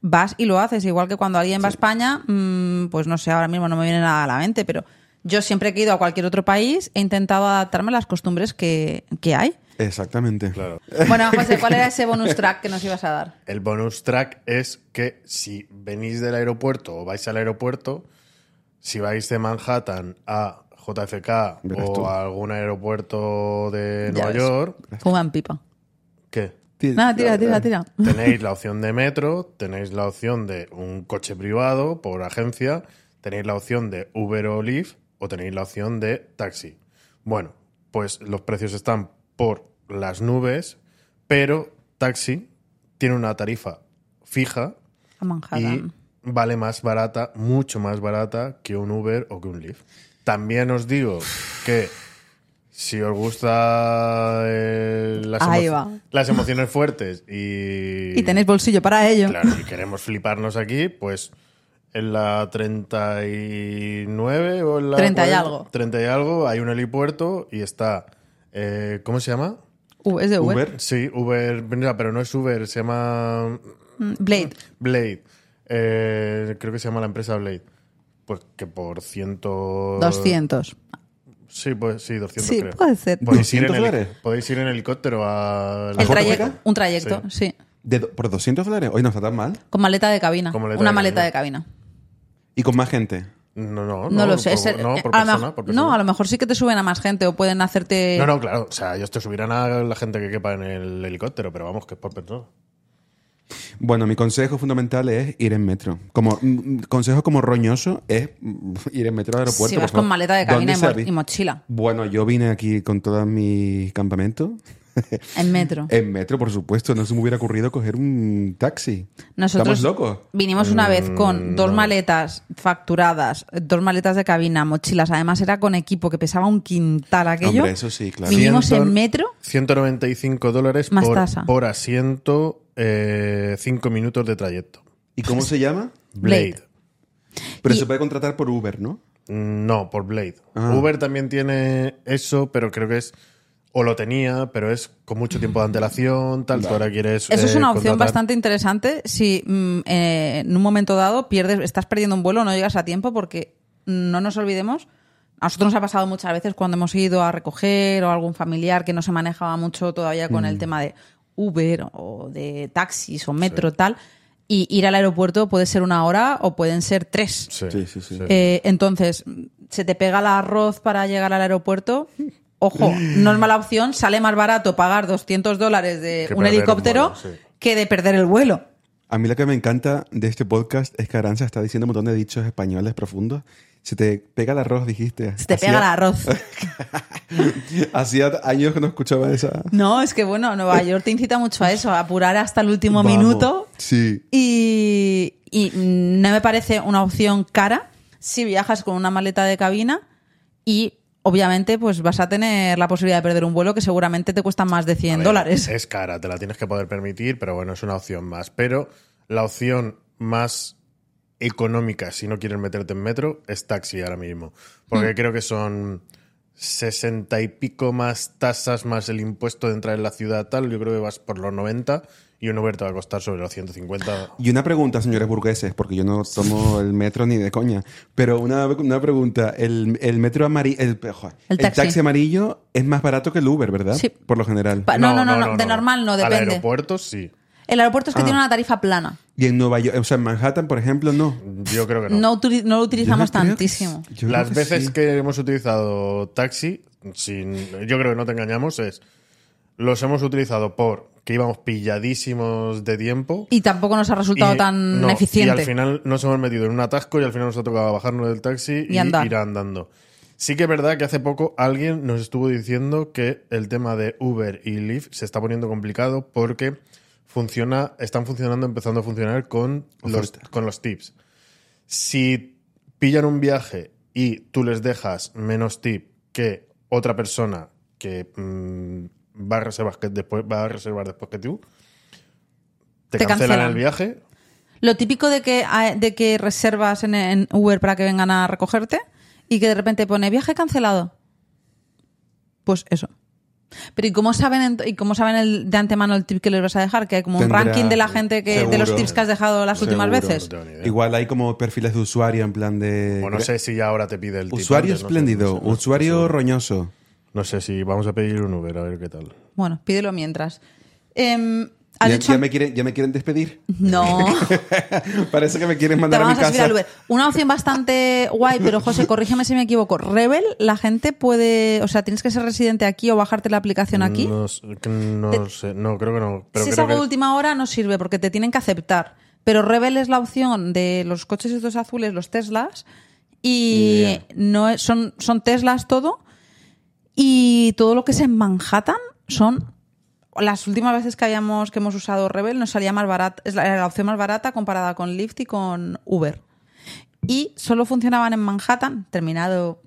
vas y lo haces. Igual que cuando alguien va a España, mm, pues no sé, ahora mismo no me viene nada a la mente, pero Yo siempre que he ido a cualquier otro país he intentado adaptarme a las costumbres que, que hay.
Exactamente.
Claro.
Bueno, José, ¿cuál era ese bonus track que nos ibas a dar?
El bonus track es que si venís del aeropuerto o vais al aeropuerto, si vais de Manhattan a JFK
Verás
o
tú.
a algún aeropuerto de
Ya
Nueva
ves.
York,
Fuman pipa.
¿qué?
Nada, tira, tira, tira.
Tenéis la opción de metro, tenéis la opción de un coche privado por agencia, tenéis la opción de Uber o Lyft o tenéis la opción de taxi. Bueno, pues los precios están por las nubes, pero taxi tiene una tarifa fija
A Manhattan.
y vale más barata, mucho más barata que un Uber o que un Lyft. También os digo que si os gusta eh, las,
Ahí
emo-
va.
las emociones fuertes y,
Y, tenéis bolsillo para ello.
claro, y queremos fliparnos aquí, pues en la 39 o en la
30 y algo.
30 y algo hay un helipuerto y está eh, ¿cómo se llama?
Uh, es de Uber.
Uber.
Sí, Uber, mira, pero no es Uber, se llama
Mm, Blade.
Blade. Eh, creo que se llama la empresa Blade. Pues que por ciento...
200.
Sí, pues sí, 200
Sí,
creo.
puede ser.
Podéis ir, en
200
heli-
dólares.
podéis ir en helicóptero a...
El trayecto,
JFK?
un trayecto, sí.
De do- ¿Por 200 dólares? Hoy no está tan mal.
Con maleta de cabina.
Con maleta
una
de
maleta
cabina.
de cabina.
Y con más gente.
No, no, no.
No, lo sé.
por-
es el- eh,
no, por
a lo
persona,
mejor-
por
no,
persona.
a lo mejor sí que te suben a más gente o pueden hacerte.
No, no, claro. O sea, ellos te subirán a la gente que quepa en el helicóptero, pero vamos, que es por persona.
Bueno, mi consejo fundamental es ir en metro. Como mm, consejo como roñoso es mm, ir en metro al aeropuerto.
si
por
vas
favor.
con maleta de cabina y,
¿Dónde
mo-
se avi-
y mochila.
Bueno, yo vine aquí con todo mi campamento.
En metro.
en metro, por supuesto. No se me hubiera ocurrido coger un taxi.
Nosotros
Estamos locos.
vinimos una vez con dos maletas facturadas, dos maletas de cabina, mochilas. Además, era con equipo que pesaba un quintal aquello.
Hombre, eso sí, claro.
Vinimos
Ciento-
en metro.
195 dólares
Más
por,
tasa.
por asiento, 5 minutos de trayecto.
¿Y cómo se llama?
Blade.
Pero
Y-
se puede contratar por Uber, ¿no?
No, por Blade.
Ah.
Uber también tiene eso, pero creo que es. O lo tenía, pero es con mucho tiempo de antelación, tal. Tú ahora quieres.
Eso es
eh,
una opción
contratar.
bastante interesante si mm, eh, en un momento dado pierdes, estás perdiendo un vuelo, no llegas a tiempo, porque no nos olvidemos. A nosotros nos ha pasado muchas veces cuando hemos ido a recoger o algún familiar que no se manejaba mucho todavía con
Mm.
el tema de Uber o de taxis o metro tal. Y ir al aeropuerto puede ser una hora o pueden ser tres.
Sí,
Sí, sí, sí.
Eh, entonces, se te pega el arroz para llegar al aeropuerto. Ojo, no es mala opción. Sale más barato pagar 200 dólares de
Que
un
perder un
helicóptero
vuelo, sí.
que de perder el vuelo.
A mí lo que me encanta de este podcast es que Aranza está diciendo un montón de dichos españoles profundos. Se te pega el arroz, dijiste.
Se te pega el arroz.
Hacía años que no escuchaba esa.
No, es que bueno, Nueva York te incita mucho a eso, a apurar hasta el último
Vamos.
minuto.
Sí.
Y, y mm, no me parece una opción cara si viajas con una maleta de cabina y obviamente pues vas a tener la posibilidad de perder un vuelo que seguramente te cuesta más de 100
A ver, eh.
dólares.
Es cara, te la tienes que poder permitir, pero bueno, es una opción más. Pero la opción más económica, si no quieres meterte en metro, es taxi ahora mismo. Porque
Mm.
creo que son sesenta y pico más tasas, más el impuesto de entrar en la ciudad, tal. Yo creo que vas por los 90 y un Uber te va a costar sobre los 150.
Y una pregunta, señores burgueses, porque yo no tomo el metro ni de coña, pero una, una pregunta, el, el metro amarillo, el, joder, el
El taxi.
taxi. amarillo es más barato que el Uber, ¿verdad?
Sí.
Por lo general.
Pa- no, no, no, no, de normal no,
Al
depende.
aeropuerto sí.
El aeropuerto es que
Ah.
tiene una tarifa plana.
y en Nueva York, o sea, en Manhattan, por ejemplo, no.
Yo creo que no.
No, utili- no lo utilizamos
Yo creo que-
tantísimo.
yo creo
Las
que
veces
sí.
que hemos utilizado taxi, sin, yo creo que no te engañamos, es los hemos utilizado por que íbamos pilladísimos de tiempo.
Y tampoco nos ha resultado
y-
tan
no,
eficiente.
Y al final nos hemos metido en un atasco y al final nos ha tocado bajarnos del taxi
Y
y,
andar.
ir andando. Sí que es verdad que hace poco alguien nos estuvo diciendo que el tema de Uber y Lyft se está poniendo complicado porque funciona, están funcionando, empezando a funcionar con, los,
Oferta.
con los tips. Si pillan un viaje y tú les dejas menos tip que otra persona que mm, va, a reservar que después, va a reservar después que tú, te,
Te
cancelan
cancelan.
el viaje
Lo típico de que, ah, de que reservas en, en Uber para que vengan a recogerte y que de repente pone viaje cancelado. Pues eso. Pero ¿y cómo saben, ent- y cómo saben el- de antemano el tip que les vas a dejar? Que hay como un
Tendrá-
ranking de la gente que de los
seguro.
tips que has dejado las últimas
Seguro,
veces.
no tengo ni idea.
Igual hay como perfiles de usuario en plan de...
O no sé si ya ahora te pide el tip
Eh, Usuario
antes, no sé,
espléndido,
no sé, no sé,
usuario
no sé.
roñoso.
No sé si vamos a pedir un Uber, a ver qué tal.
Bueno, pídelo mientras. Em, ¿has
Ya,
hecho-
ya me quieren, ya me quieren despedir.
No,
Parece que me quieren
te
mandar a mi
vamos a subir
casa.
al Uber. Una opción bastante guay, pero José, corrígeme si me equivoco. Rebel, la gente puede, o sea, tienes que ser residente aquí o bajarte la aplicación aquí.
No, s- que no sé, no, creo que no. Pero
si es
creo
algo de
que-
última hora no sirve porque te tienen que aceptar. Pero Rebel es la opción de los coches estos azules, los Teslas, y no es- son, son Teslas todo, y todo lo que es en Manhattan son las últimas veces que habíamos que hemos usado Rebel nos salía más barata, es la, era la opción más barata comparada con Lyft y con Uber. Y solo funcionaban en Manhattan, terminado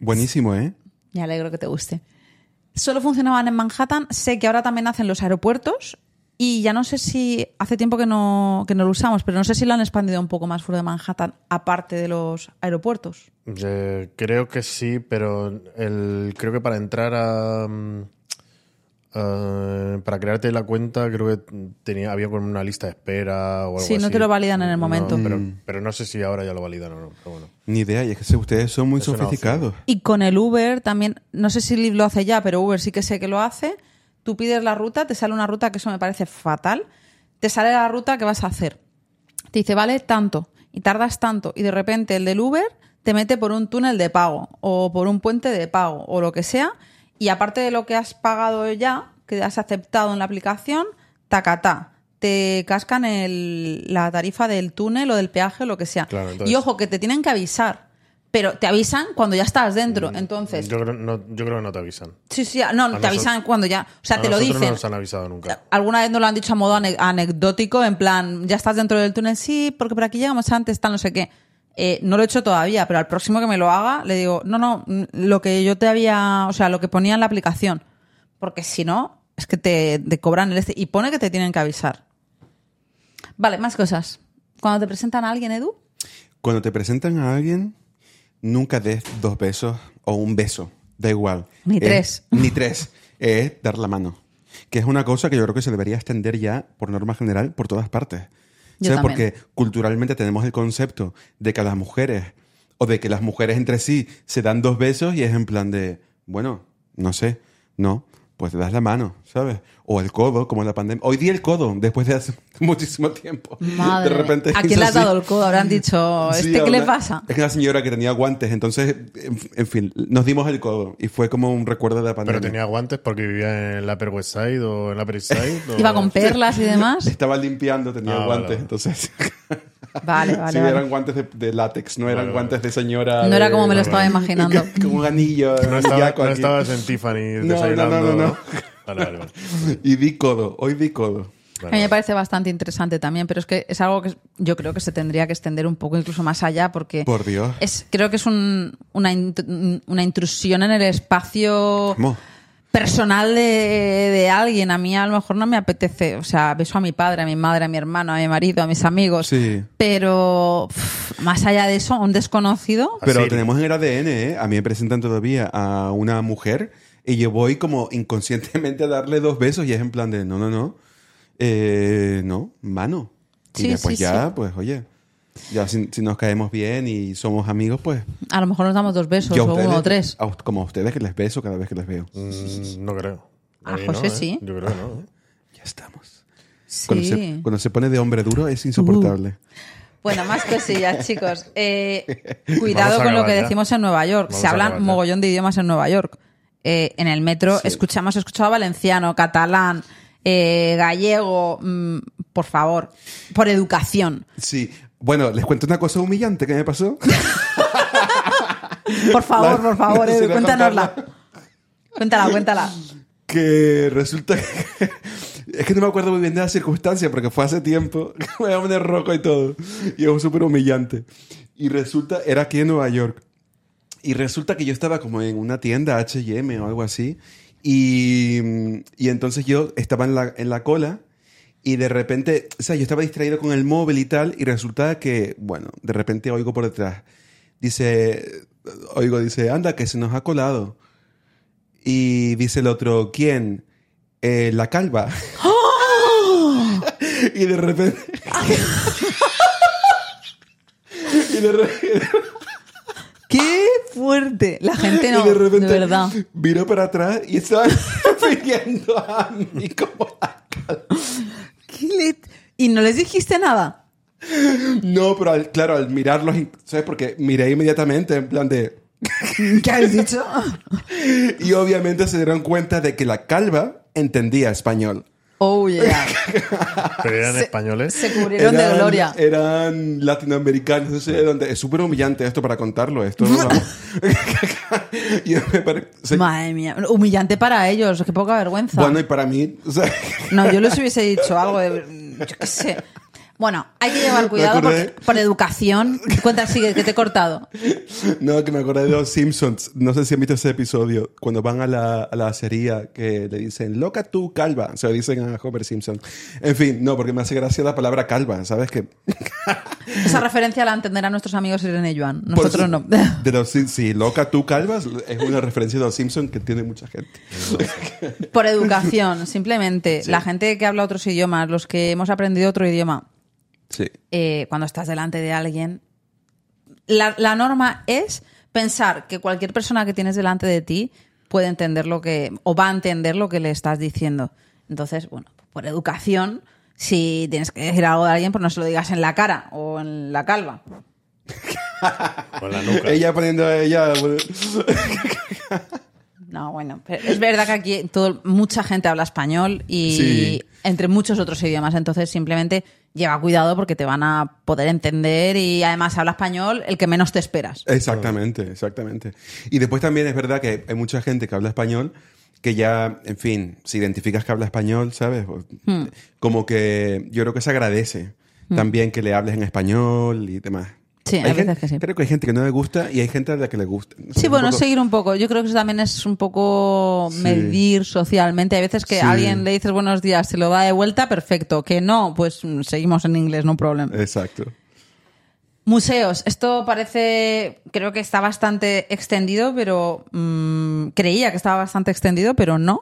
Buenísimo, ¿eh?
me alegro que te guste. Solo funcionaban en Manhattan. Sé que ahora también hacen los aeropuertos. Y ya no sé si. Hace tiempo que no, que no lo usamos, pero no sé si lo han expandido un poco más fuera de Manhattan, aparte de los aeropuertos.
Eh, creo que sí, pero el, creo que para entrar a, mm, a- Para crearte la cuenta, creo que tenía, había como una lista de espera o algo
Sí, no
así.
te lo validan en el
No,
momento.
pero,
Mm.
pero no sé si ahora ya lo validan o no. Pero bueno.
Ni idea, y es que ustedes son muy
Es una
sofisticados.
Y con el Uber también. No sé si Lyft lo hace ya, pero Uber sí que sé que lo hace. Tú pides la ruta, te sale una ruta que eso me parece fatal. Te sale la ruta que vas a hacer. Te dice, vale, tanto. Y tardas tanto. Y de repente el del Uber te mete por un túnel de pago o por un puente de pago o lo que sea. Y aparte de lo que has pagado ya, que has aceptado en la aplicación, tacatá. Te cascan el- la tarifa del túnel o del peaje o lo que sea.
Claro, entonces-
y ojo, que te tienen que avisar. Pero te avisan cuando ya estás dentro. Entonces,
Mm, Yo, creo, no, yo creo que no te avisan.
sí, sí, no, te
nosotros-
avisan cuando ya. O sea,
A
te lo
nosotros
dicen.
No nos han avisado nunca.
Alguna vez nos lo han dicho a modo ane- anecdótico, en plan, ya estás dentro del túnel, sí, porque por aquí llegamos antes, tal, no sé qué. Eh, no lo he hecho todavía, pero al próximo que me lo haga, le digo, no, no, mm, lo que yo te había, o sea, lo que ponía en la aplicación. Porque si no, es que te, te cobran el este. Y pone que te tienen que avisar. Vale, más cosas. Cuando te presentan a alguien, Edu,
Cuando te presentan a alguien, nunca des dos besos o un beso, da igual.
Ni
Es-
tres.
Ni tres. Es dar la mano. Que es una cosa que yo creo que se debería extender ya, por norma general, por todas partes.
Yo
¿Sabes?
también.
Porque culturalmente tenemos el concepto de que las mujeres, o de que las mujeres entre sí se dan dos besos y es en plan de, bueno, no sé, no, pues te das la mano, ¿sabes? O el codo, como en la pandemia. Hoy di el codo, después de hace muchísimo tiempo.
madre,
de repente.
¿a
hizo
quién le has
así.
dado el codo? Habrán dicho,
Sí,
¿este qué le
habla-
pasa?
Es que la señora que tenía guantes, entonces, en, en fin, nos dimos el codo y fue como un recuerdo de la
Pero
pandemia.
tenía guantes porque vivía en el Upper West Side o en el Upper East Side. o-
Iba con perlas y demás.
Estaba limpiando, tenía
Ah,
guantes,
vale.
entonces.
Vale,
sí,
vale. vale.
eran guantes de, de látex, no eran
Vale, vale.
guantes de señora.
No
de-
era como me lo estaba imaginando.
Con un anillo. ya
No, estaba,
con
no
aquí.
estabas en Tiffany
No,
desayunando.
no, no, no.
Vale, vale, vale.
Y di codo, hoy di codo.
A mí me
Vale, vale.
parece bastante interesante también, pero es que es algo que yo creo que se tendría que extender un poco incluso más allá porque
Por Dios.
es creo que es un- una, int- una intrusión en el espacio
¿Cómo?
personal de, de alguien. A mí a lo mejor no me apetece, o sea, beso a mi padre, a mi madre, a mi hermano, a mi marido, a mis amigos,
Sí.
pero pff, más allá de eso, un desconocido.
Pero
Así.
tenemos en el ADN, ¿eh? A mí me presentan todavía a una mujer y yo voy como inconscientemente a darle dos besos y es en plan de, no, no, no, eh, no, mano.
Sí,
y después
sí,
ya,
sí.
pues oye, ya si, si nos caemos bien y somos amigos, pues
A lo mejor nos damos dos besos
yo a
o
ustedes,
uno o tres.
a us- como a ustedes que les beso cada vez que les veo.
Mm, No creo.
A
mí
Ah, José
¿eh?
sí.
Yo creo que no. ¿eh?
Ya estamos. Cuando, se,
Sí. Uh-huh.
cuando se pone de hombre duro es insoportable.
Bueno, más cosillas, chicos. Eh, cuidado
Vamos a
con lo que
acabar ya.
decimos en Nueva York.
Vamos
Se
a
hablan
acabar ya.
mogollón de idiomas en Nueva York. Eh, en el metro escuchamos, he escuchado valenciano, catalán, eh, gallego. mm, por favor, por educación.
Sí. Bueno, les cuento una cosa humillante que me pasó.
Por favor,
La-
por favor,
sin
Edu, cuéntanosla.
contarla.
Cuéntala, cuéntala.
que resulta que, es que no me acuerdo muy bien de las circunstancias porque fue hace tiempo me voy a poner roco y todo y es súper humillante y resulta era aquí en Nueva York y resulta que yo estaba como en una tienda H&M o algo así y, y entonces yo estaba en la, en la cola y de repente, o sea, yo estaba distraído con el móvil y tal, y resulta que, bueno, de repente oigo por detrás. Dice, oigo, dice, anda, que se nos ha colado. Y dice el otro, ¿quién? Eh, la calva.
¡Ah!
y de repente... y de repente...
¡Qué fuerte! La gente no,
y de
de,
repente
verdad.
miró para atrás y estaba refiriendo a mí como la calva.
¿Qué le- Y no les dijiste nada.
No, pero al- claro, al mirarlos, ¿sabes? Porque miré inmediatamente en plan de...
¿Qué has dicho?
Y obviamente se dieron cuenta de que la calva entendía español.
Oh, yeah.
Pero eran
Se-
españoles.
Se cubrieron de gloria.
Eran latinoamericanos. No sé dónde. Es súper humillante esto para contarlo. Esto no lo- Y me pare- se-
Madre mía. Humillante para ellos. Qué poca vergüenza.
Bueno, y para mí... o sea,
No, yo les hubiese dicho algo de. Yo qué sé. Bueno, hay que llevar cuidado
acordé.
porque, por educación. Cuenta, sigue, que te he cortado.
no, que me acordé de los Simpsons. No sé si han visto ese episodio. Cuando van a la, a la acería que le dicen, loca tú, calva. Se lo dicen a Homer Simpson. En fin, no, porque me hace gracia la palabra calva. ¿Sabes qué?
Esa referencia la entenderán nuestros amigos Irene y Joan. Nosotros no.
De los, Sim- sí, loca tú, calvas. Es una referencia de los Simpsons que tiene mucha gente.
Por educación, simplemente. La gente que habla otros idiomas, los que hemos aprendido otro idioma,
Sí.
eh, cuando estás delante de alguien, la, la norma es pensar que cualquier persona que tienes delante de ti puede entender lo que, o va a entender lo que le estás diciendo. Entonces, bueno, por educación, si tienes que decir algo de alguien, pues no se lo digas en la cara o en la calva.
Con la nuca.
Ella poniendo a ella.
No, bueno, pero es verdad que aquí todo, mucha gente habla español y
Sí.
entre muchos otros idiomas, entonces simplemente lleva cuidado porque te van a poder entender y además habla español el que menos te esperas.
Exactamente, exactamente. Y después también es verdad que hay mucha gente que habla español que ya, en fin, si identificas que habla español, ¿sabes? O-
Hmm.
Como que yo creo que se agradece también que le hables en español y demás.
Sí, hay
gente-
veces que sí.
Creo que hay gente que no le gusta y hay gente a la que le gusta. O sea,
Sí,
un
bueno,
poco-
seguir un poco. Yo creo que eso también es un poco
Sí.
medir socialmente. Hay veces que
Sí.
a alguien le dices buenos días, se lo da de vuelta, perfecto. Que no, pues mm, seguimos en inglés, no problema.
Exacto.
Museos, esto parece, creo que está bastante extendido, pero mm, creía que estaba bastante extendido, pero no.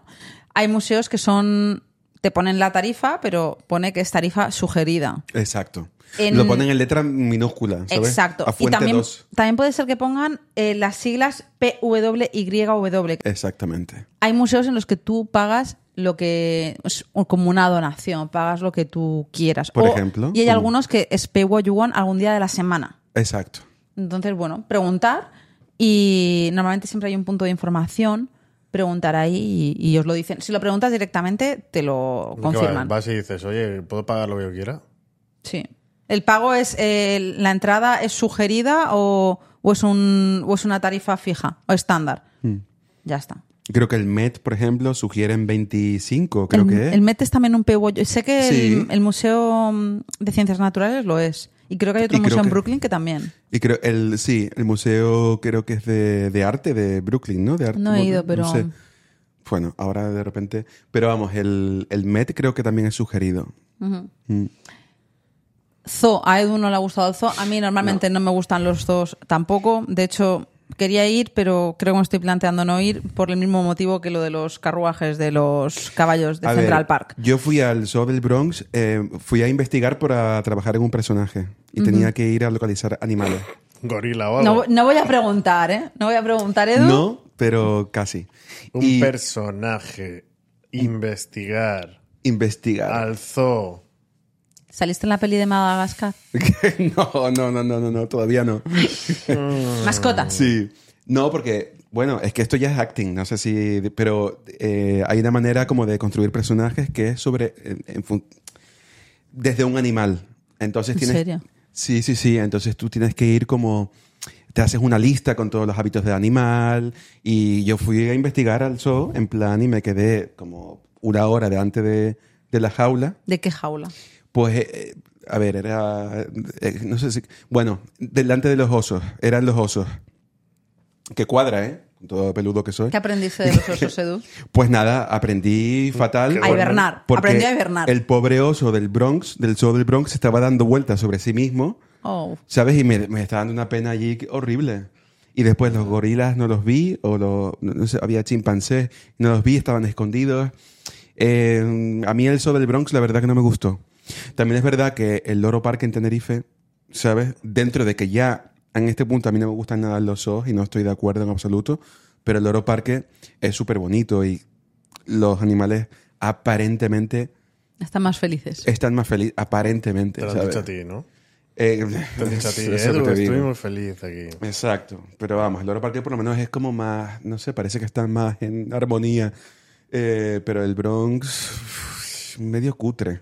Hay museos que son, te ponen la tarifa, pero pone que es tarifa sugerida.
Exacto.
En-
Lo ponen en letra minúscula, ¿sabes?
Exacto.
A
Y
fuente
también,
2.
también puede ser que pongan eh, las siglas PWYW.
Exactamente.
Hay museos en los que tú pagas lo que es como una donación, pagas lo que tú quieras.
Por ejemplo,
Y hay
¿cómo?
algunos que es Pay What You Want algún día de la semana.
Exacto.
Entonces, bueno, preguntar y normalmente siempre hay un punto de información, preguntar ahí y, y os lo dicen. Si lo preguntas directamente, te lo
¿Qué
confirman.
vas- Vas y dices, oye, ¿puedo pagar lo que yo quiera?
Sí. ¿El pago es, eh, la entrada es sugerida o, o es un, o es una tarifa fija o estándar?
Mm.
Ya está.
Creo que el MET, por ejemplo, sugieren 25, creo
el,
que es.
el MET es también un PWO. Sé que
Sí.
el, el Museo mm, de Ciencias Naturales lo es. Y creo que hay otro
Y creo
museo en
que-
Brooklyn que también.
Y creo, el, sí, el museo creo que es de, de arte de Brooklyn, ¿no? De arte,
No he ido, pero-
sé. Bueno, ahora de repente... Pero vamos, el, el Met creo que también es sugerido.
Zoo, a Edu no le ha gustado el zoo. A mí normalmente no, me gustan los zoos tampoco. De hecho, quería ir, pero creo que me estoy planteando no ir por el mismo motivo que lo de los carruajes de los caballos de
A
Central
ver,
Park.
Yo fui al Zoo del Bronx, eh, fui a investigar para trabajar en un personaje y tenía que ir a localizar animales.
¿Un gorila o algo?
No, no voy a preguntar, ¿eh? No voy a preguntar, Edu.
No, pero casi.
Un
y
personaje. Investigar.
investigar.
Al zoo.
¿Saliste en la peli de Madagascar?
no, no, no, no, no, no, todavía no.
Mascota.
Sí. No, porque, bueno, es que esto ya es acting, no sé si, pero eh, hay una manera como de construir personajes que es sobre, en- en fun- desde un animal. Entonces
¿En
tienes...
serio?
Sí, sí, sí, entonces tú tienes que ir como, te haces una lista con todos los hábitos del animal y yo fui a investigar al zoo en plan y me quedé como una hora delante de, de la jaula.
¿De qué jaula?
Pues, eh, eh, a ver, era. eh, no sé si. Bueno, delante de los osos. Eran los osos. Que cuadra, ¿eh? Con Todo peludo que soy.
¿Qué aprendiste de los osos, Edu?
Pues nada, aprendí fatal.
A hibernar.
porque
Aprendí a hibernar.
El pobre oso del Bronx, del zoo del Bronx, estaba dando vueltas sobre sí mismo,
Oh.
¿sabes? Y me, me estaba dando una pena allí que- horrible. Y después los gorilas no los vi, o los, no no sé, había chimpancés, no los vi, estaban escondidos. Eh, a mí el sobre del Bronx la verdad que no me gustó. También es verdad que el Loro Park en Tenerife, ¿sabes? Dentro de que ya en este punto a mí no me gustan nada los zoos y no estoy de acuerdo en absoluto, pero el Loro Parque es súper bonito y los animales aparentemente
Están más felices.
están más felices, aparentemente.
Te lo han
¿sabes?
dicho a ti, ¿no?
Eh,
Te lo han dicho a ti.
eso es lo
Edu,
que te
estoy
digo.
muy feliz aquí.
Exacto, pero vamos, el Loro Parque por lo menos es como más, no sé, parece que están más en armonía, Eh, pero el Bronx medio cutre.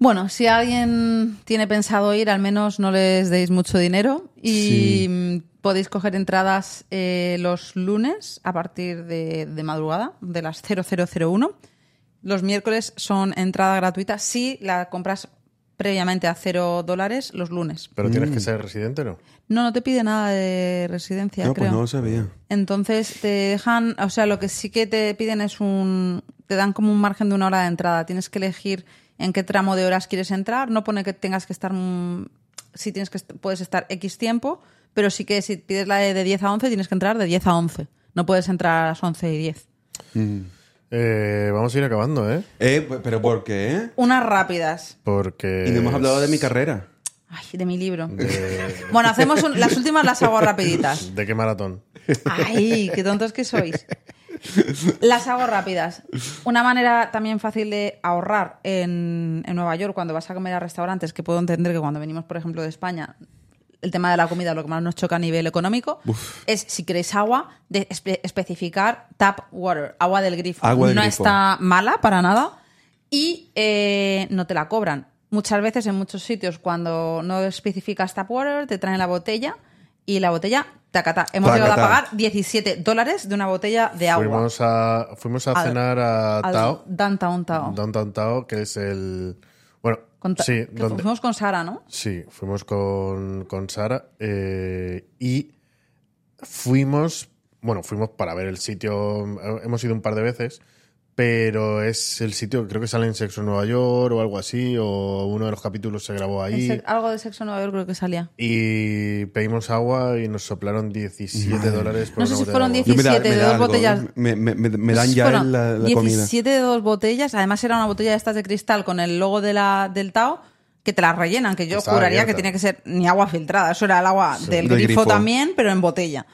Bueno, si alguien tiene pensado ir, al menos no les deis mucho dinero y
Sí.
mm, podéis coger entradas eh, los lunes a partir de, de madrugada, de las 0001. Los miércoles son entrada gratuita si la compras previamente a cero dólares los lunes.
Pero tienes
Mm.
que ser residente, ¿no?
No, no te pide nada de residencia,
no,
creo.
pues no lo sabía.
Entonces te dejan, o sea, lo que sí que te piden es un, te dan como un margen de una hora de entrada. Tienes que elegir en qué tramo de horas quieres entrar. No pone que tengas que estar, mm, si tienes que, est- puedes estar X tiempo, pero sí que si pides la de, de 10 a 11 tienes que entrar de 10 a 11. No puedes entrar a las 11 y 10.
Eh, vamos a ir acabando, ¿eh?
Eh, pues, pero ¿por qué? eh?
Unas rápidas.
Porque...
Y no hemos hablado de mi carrera.
Ay, de mi libro.
de-
Bueno, hacemos un- las últimas las hago rapiditas.
¿De qué maratón?
Ay, qué tontos que sois. Las hago rápidas. Una manera también fácil de ahorrar en, en Nueva York cuando vas a comer a restaurantes, que puedo entender que cuando venimos, por ejemplo, de España, el tema de la comida lo que más nos choca a nivel económico, es si queréis agua, de espe- especificar tap water, agua del grifo.
Agua del
no
grifo.
está mala para nada y eh, no te la cobran. Muchas veces en muchos sitios cuando no especificas tap water te traen la botella y la botella, tacata, hemos
Tacatá.
llegado a pagar 17 dólares de una botella de agua.
Fuimos a, fuimos a
Al-
cenar a
Al
Tao.
Downtown Tao.
Downtown Tao, que es el... Bueno,
Con ta-
sí,
que
donde,
fuimos con Sara, ¿no?
Sí, fuimos con, con Sara eh, y fuimos, bueno, fuimos para ver el sitio, eh, hemos ido un par de veces, pero es el sitio, creo que sale en Sexo en Nueva York o algo así, o uno de los capítulos se grabó
En
ahí.
se- Algo de sexo en Nueva York creo que salía.
Y pedimos agua y nos soplaron 17 dólares por
No
una
sé si
botella
fueron
de agua.
17 de dos
algo,
botellas.
Me, me- me- me dan
Pues
ya
fueron
la, la comida.
17 de dos botellas, además era una botella de estas de cristal con el logo de la, del Tao, que te la rellenan, que yo
Estaba
juraría
abierta.
que tiene que ser ni agua filtrada, eso era el agua
Del
del grifo,
grifo.
también, pero en botella.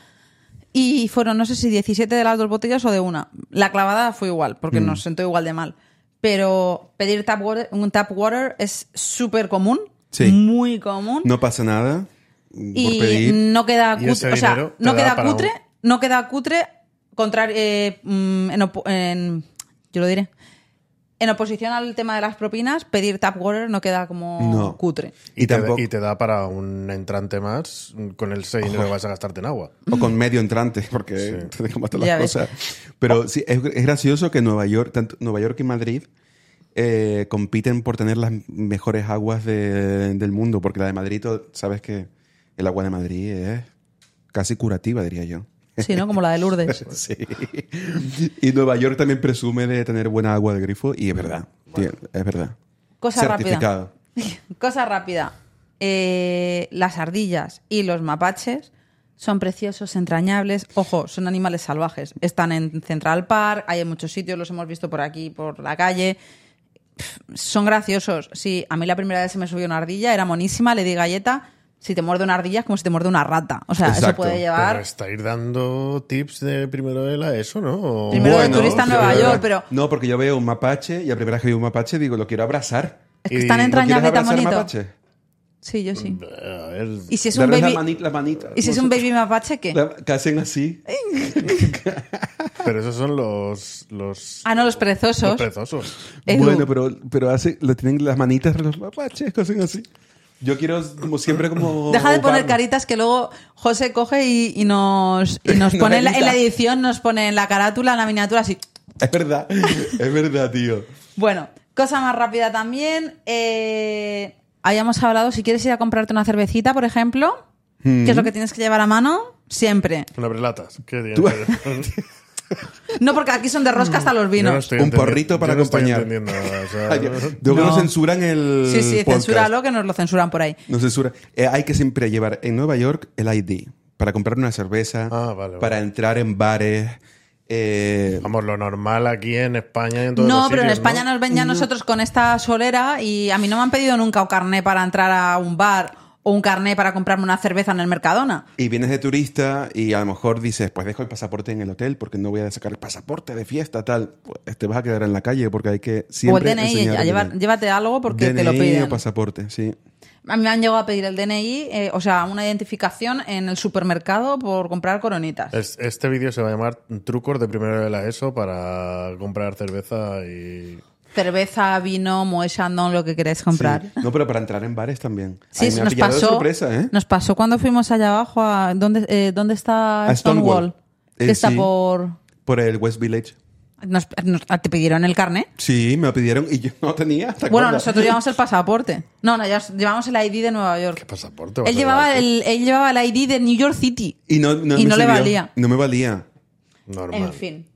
Y fueron, no sé si 17 de las dos botellas o de una. La clavada fue igual, porque
Mm.
nos sentó igual de mal. Pero pedir tap water, un tap water es súper común,
Sí.
muy común
No pasa nada por
y
pedir.
no queda
Y
cutre,
ese
o sea,
dinero te
no
da
queda
para
cutre,
un-
no queda cutre contrario en, opo- en- yo lo diré. En oposición al tema de las propinas, pedir tap water no queda como
No.
cutre.
Y,
Y te,
tampoco.
y te da para un entrante más con el 6 dinero que vas a gastarte en agua.
o con medio entrante, porque te dejan matar las
Ya ves.
cosas. Pero sí, es, es gracioso que Nueva York, tanto Nueva York y Madrid eh, compiten por tener las mejores aguas de- del mundo, porque la de Madrid, to- sabes que el agua de Madrid es casi curativa, diría yo.
Sí, ¿no? Como la de Lourdes.
Sí. Y Nueva York también presume de tener buena agua de grifo, y es verdad. tío, es verdad.
Cosa rápida.
Certificado.
Cosa rápida. Eh, las ardillas y los mapaches son preciosos, entrañables. Ojo, son animales salvajes. Están en Central Park, hay en muchos sitios, los hemos visto por aquí, por la calle. Pff, Son graciosos. Sí, a mí la primera vez se me subió una ardilla, era monísima, le di galleta. Si te muerde una ardilla es como si te muerde una rata. O sea, eso
Exacto,
puede
Pero
llevar...
está ir dando tips de primero de la ESO, ¿no? O-
Primero de turista en Nueva
pero-
York, pero-
No, porque yo veo un mapache y la primera vez que veo un mapache digo, lo quiero abrazar.
Es que
¿Y
es tan
no
¿No quieres
entrañable y tan
abrazar
bonito.
mapache?
Sí, yo sí.
A ver,
¿Y si es un
Darles la,
baby,
mani- la manita.
¿y si es un baby Eh, mapache qué?
La- que hacen así.
pero esos son los. los
Ah, no, los
los
perezosos.
perezosos.
Edu.
Bueno, pero, pero hace, lo tienen las manitas de los mapaches, que hacen así. Yo quiero, como siempre, como...
Deja de poner
Barney.
caritas que luego José coge y, y nos, y nos
No
pone en la, en la
edita.
edición, nos pone en la carátula, en la miniatura, así.
Es verdad, es verdad, tío.
Bueno, cosa más rápida también. eh, habíamos hablado, si quieres ir a comprarte una cervecita, por ejemplo, que
Mm.
es lo que tienes que llevar a mano, siempre.
Una prelatas. ¿Qué tienes?
No, porque aquí son de rosca hasta los
Mm. Yo no
vinos.
estoy
Un
entendi-
porrito para
yo no estoy
acompañar.
entendiendo nada, o sea,
Ay, yo- Luego
No.
nos censuran el
sí, sí,
podcast.
censúralo, que nos lo censuran por ahí.
Nos censura. Eh, hay que siempre llevar en Nueva York el ID. para comprar una cerveza,
Ah, vale,
para
vale.
entrar en bares. eh,
Vamos, lo normal aquí en España y en todos
No,
los
pero en
sitios,
España
¿no? Mm.
nos ven ya nosotros con esta solera y a mí no me han pedido nunca un carné para entrar a un bar o un carné para comprarme una cerveza en el Mercadona.
y vienes de turista y a lo mejor dices, pues dejo el pasaporte en el hotel porque no voy a sacar el pasaporte de fiesta, tal. Pues te vas a quedar en la calle porque hay que
O el
siempre
Pues DNI,
enseñar
a
el
llevar-
DNI.
llévate algo porque te lo
DNI
piden.
o pasaporte, sí.
A mí me han llegado a pedir el DNI, eh, o sea, una identificación en el supermercado por comprar coronitas.
Es- este vídeo se va a llamar Trucos de primero de la ESO para comprar cerveza y.
Cerveza, vino, moe chandon, lo que queráis comprar.
Sí. No, pero para entrar en bares también.
Sí,
Ahí me ha
nos
pillado de
pasó,
sorpresa, ¿eh?
nos pasó cuando fuimos allá abajo a... ¿Dónde, eh, dónde está
A
Stonewall?
Stonewall.
Que
Eh,
está
sí.
por...
Por el West Village.
nos- nos- ah, ¿Te pidieron el carnet?
Sí, me lo pidieron y yo no tenía. ¿te
Bueno,
acuerdas?
nosotros llevamos el pasaporte. No, no, llevamos- llevamos el ID de Nueva York.
¿Qué pasaporte? vas
Él
a
llevaba,
llevar tú?
el, él llevaba el ID de New York City.
Y no, no
y
me
no le
sirvió.
valía.
No me valía.
Normal.
En fin.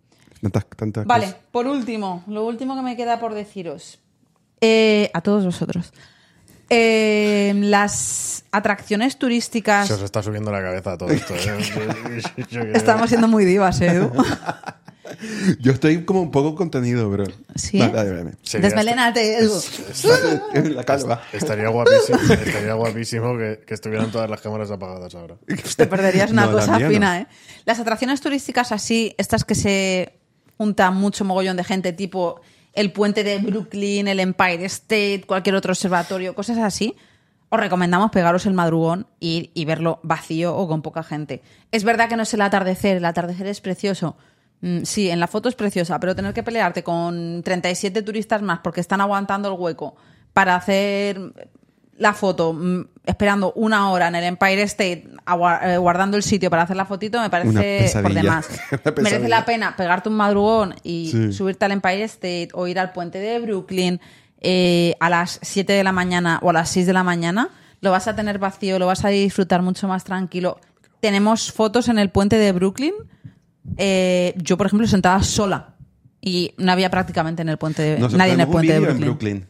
Tantas, tantas
Vale,
cosas.
por último, lo último que me queda por deciros. Eh, a todos vosotros. Eh, las atracciones
Se os
turísticas.
está subiendo la cabeza todo esto. ¿eh? Yo creo.
Estamos siendo muy divas, ¿eh, Edu.
Yo estoy como un poco contenido, bro.
Sí.
Vale, dale, dale.
Sería-
Desmelénate, Edu.
La calva.
Estaría guapísimo, estaría guapísimo que, que estuvieran todas las cámaras apagadas ahora.
Te perderías una
No, la
cosa
mía no.
fina, ¿eh? Las atracciones turísticas así, estas que se juntan mucho mogollón de gente, tipo el puente de Brooklyn, el Empire State, cualquier otro observatorio, cosas así, os recomendamos pegaros el madrugón ir y verlo vacío o con poca gente. Es verdad que no es el atardecer, el atardecer es precioso. Mm, Sí, en la foto es preciosa, pero tener que pelearte con 37 turistas más porque están aguantando el hueco para hacer la foto mm, esperando una hora en el Empire State agua- eh, guardando el sitio para hacer la fotito me
Una
parece
pesadilla.
por demás
Una pesadilla.
merece la pena pegarte un madrugón y
Sí.
subirte al Empire State o ir al puente de Brooklyn eh, a las 7 de la mañana o a las 6 de la mañana lo vas a tener vacío lo vas a disfrutar mucho más tranquilo tenemos fotos en el puente de Brooklyn eh, yo por ejemplo sentada sola y no había prácticamente en el puente de,
Nos
Eh, nadie en el
tenemos un
puente de
vídeo
Brooklyn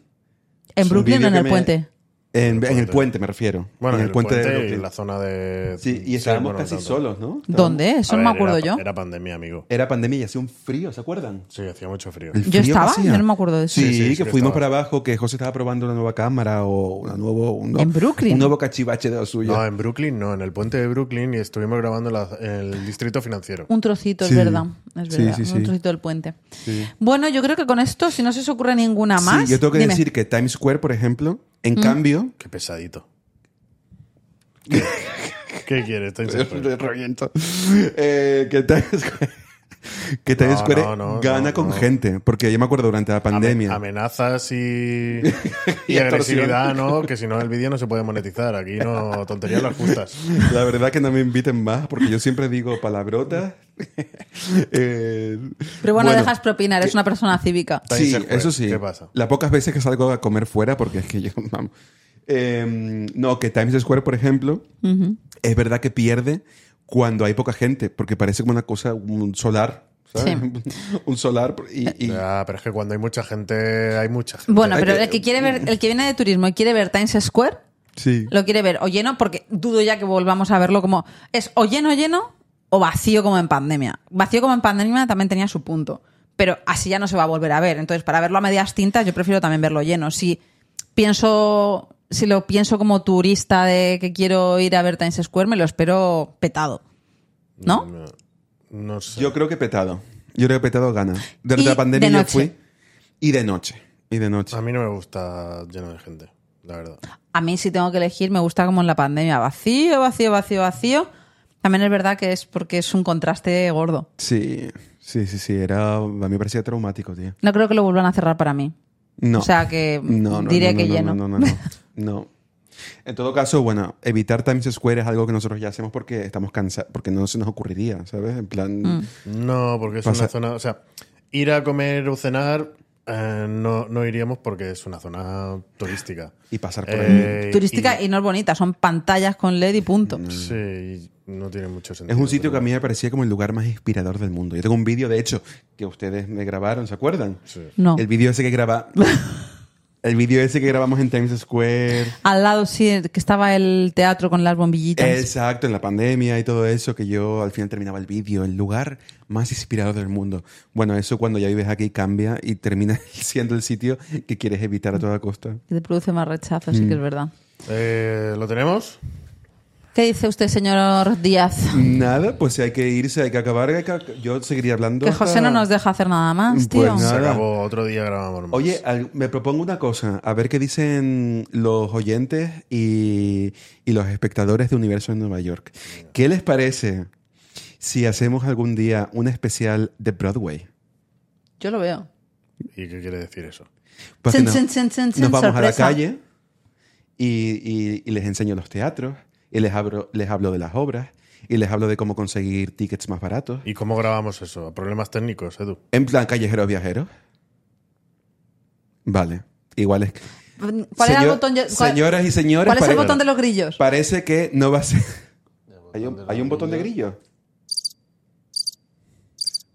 en Brooklyn,
En Brooklyn.
en
Es un vídeo
en
que
el
me-
puente
En, en el puente, me refiero.
Bueno,
en el, puente, de
y
Brooklyn.
la zona de.
Sí, y
estamos
estábamos casi solos, ¿no? Estábamos-
¿Dónde? Eso no me acuerdo yo.
Era pandemia, amigo.
Era pandemia y hacía un frío, ¿se acuerdan?
Sí, hacía mucho frío.
El
¿Yo
frío
estaba?
que hacía.
Yo no me acuerdo de eso.
Sí,
Sí, sí, sí
que
que
fuimos
estaba.
para abajo, que José estaba probando una nueva cámara o una nuevo, un, nuevo-
¿En Brooklyn?
un nuevo cachivache de lo suyo.
No, en Brooklyn no, en el puente de Brooklyn y estuvimos grabando la- el distrito financiero.
Un trocito,
Sí.
es verdad. Es
Sí,
verdad.
sí, sí.
Un trocito del puente. Bueno, yo creo que con esto, si no se os ocurre ninguna
Sí,
más.
yo tengo que
dime. Mm.
decir que Times Square, por ejemplo, en cambio...
Qué pesadito. ¿Qué quieres? Estoy
Le reviento. Eh, que Times Square, que Times
No,
Square
no, no,
gana
no,
con
no.
gente, porque yo me acuerdo durante la pandemia.
Amenazas y, y,
Y
agresividad, ¿no? Que si no, el vídeo no se puede monetizar. Aquí no, tonterías las justas.
La verdad que no me inviten más, porque yo siempre digo palabrotas. Eh,
Pero bueno, dejas propina, eres una persona cívica.
Times
Sí,
Square,
eso sí.
¿qué pasa?
Las pocas veces que salgo a comer fuera, porque es que yo. vamos. Eh, no, que Times Square, por ejemplo, es verdad que pierde cuando hay poca gente, porque parece como una cosa, un solar. ¿sabes? un solar. Y, y-
Ya, pero es que cuando hay mucha gente, hay mucha gente.
Bueno,
Hay
pero
que- eh,
el que quiere ver, el que viene de turismo y quiere ver Times Square,
sí.
lo quiere ver o lleno, porque dudo ya que volvamos a verlo como. Es o lleno, lleno, o vacío como en pandemia. Vacío como en pandemia también tenía su punto. Pero así ya no se va a volver a ver. Entonces, para verlo a medias tintas, yo prefiero también verlo lleno. Si pienso. Si lo pienso como turista de que quiero ir a ver Times Square, me lo espero petado. ¿No?
No, no sé.
Yo creo que petado. Yo creo que petado gana. Durante
Y
la pandemia
de
yo
noche.
fui. Y de noche. Y de noche.
A mí no me gusta lleno de gente, la verdad.
A mí, si tengo que elegir, me gusta como en la pandemia. Vacío, vacío, vacío, vacío. También es verdad que es porque es un contraste gordo.
Sí, sí, sí, sí. Era, a mí me parecía traumático, tío.
No creo que lo vuelvan a cerrar para mí.
No.
O sea que
No, no,
diré
no,
que
no,
lleno.
No, no, no, no. No. En todo caso, bueno, evitar Times Square es algo que nosotros ya hacemos porque estamos cansados, porque no se nos ocurriría, ¿sabes? En plan,
Mm.
No, porque es
Pasa-
una zona. O sea, ir a comer o cenar eh, no, no iríamos porque es una zona turística.
y pasar por ahí.
Eh,
turística y, no es bonita, son pantallas con LED y punto.
Sí, no tiene mucho sentido.
Es un sitio que
pero
a mí me parecía como el lugar más inspirador del mundo. Yo tengo un vídeo, de hecho, que ustedes me grabaron, ¿se acuerdan?
Sí.
No.
El vídeo ese que graba... El vídeo ese que grabamos en Times Square.
Al lado sí, que estaba el teatro con las bombillitas.
Exacto, en la pandemia y todo eso, que yo al final terminaba el vídeo, el lugar más inspirador del mundo. Bueno, eso cuando ya vives aquí cambia y termina siendo el sitio que quieres evitar a toda costa.
Que te produce más rechazo,
Mm.
sí que es verdad.
Eh, ¿Lo tenemos?
¿Qué dice usted, señor Díaz?
Nada, pues si hay que irse, hay que acabar. hay que- Yo seguiría hablando.
Que
hasta-
José no nos deja hacer nada más,
Pues
tío.
nada.
Se acabó. Otro día grabamos más.
Oye, al- me propongo una cosa, a ver qué dicen los oyentes y, y los espectadores de Universo en Nueva York. ¿Qué les parece si hacemos algún día un especial de Broadway?
Yo lo veo.
¿Y qué quiere decir eso?
Porque
Chin,
nos-
chin, chin, chin, chin,
Pues nos vamos a la
sorpresa.
calle y, y- y les enseño los teatros y les, abro, les hablo de las obras y les hablo de cómo conseguir tickets más baratos.
¿Y cómo grabamos eso? ¿A problemas técnicos, Edu?
En plan callejeros viajeros. Vale, igual es...
¿Cuál era el
Señor-
botón? Yo- cuál-
Señoras y señores,
¿Cuál es el
pare-
botón de los grillos?
Parece que no va a ser. ¿Hay un, hay un botón de grillo?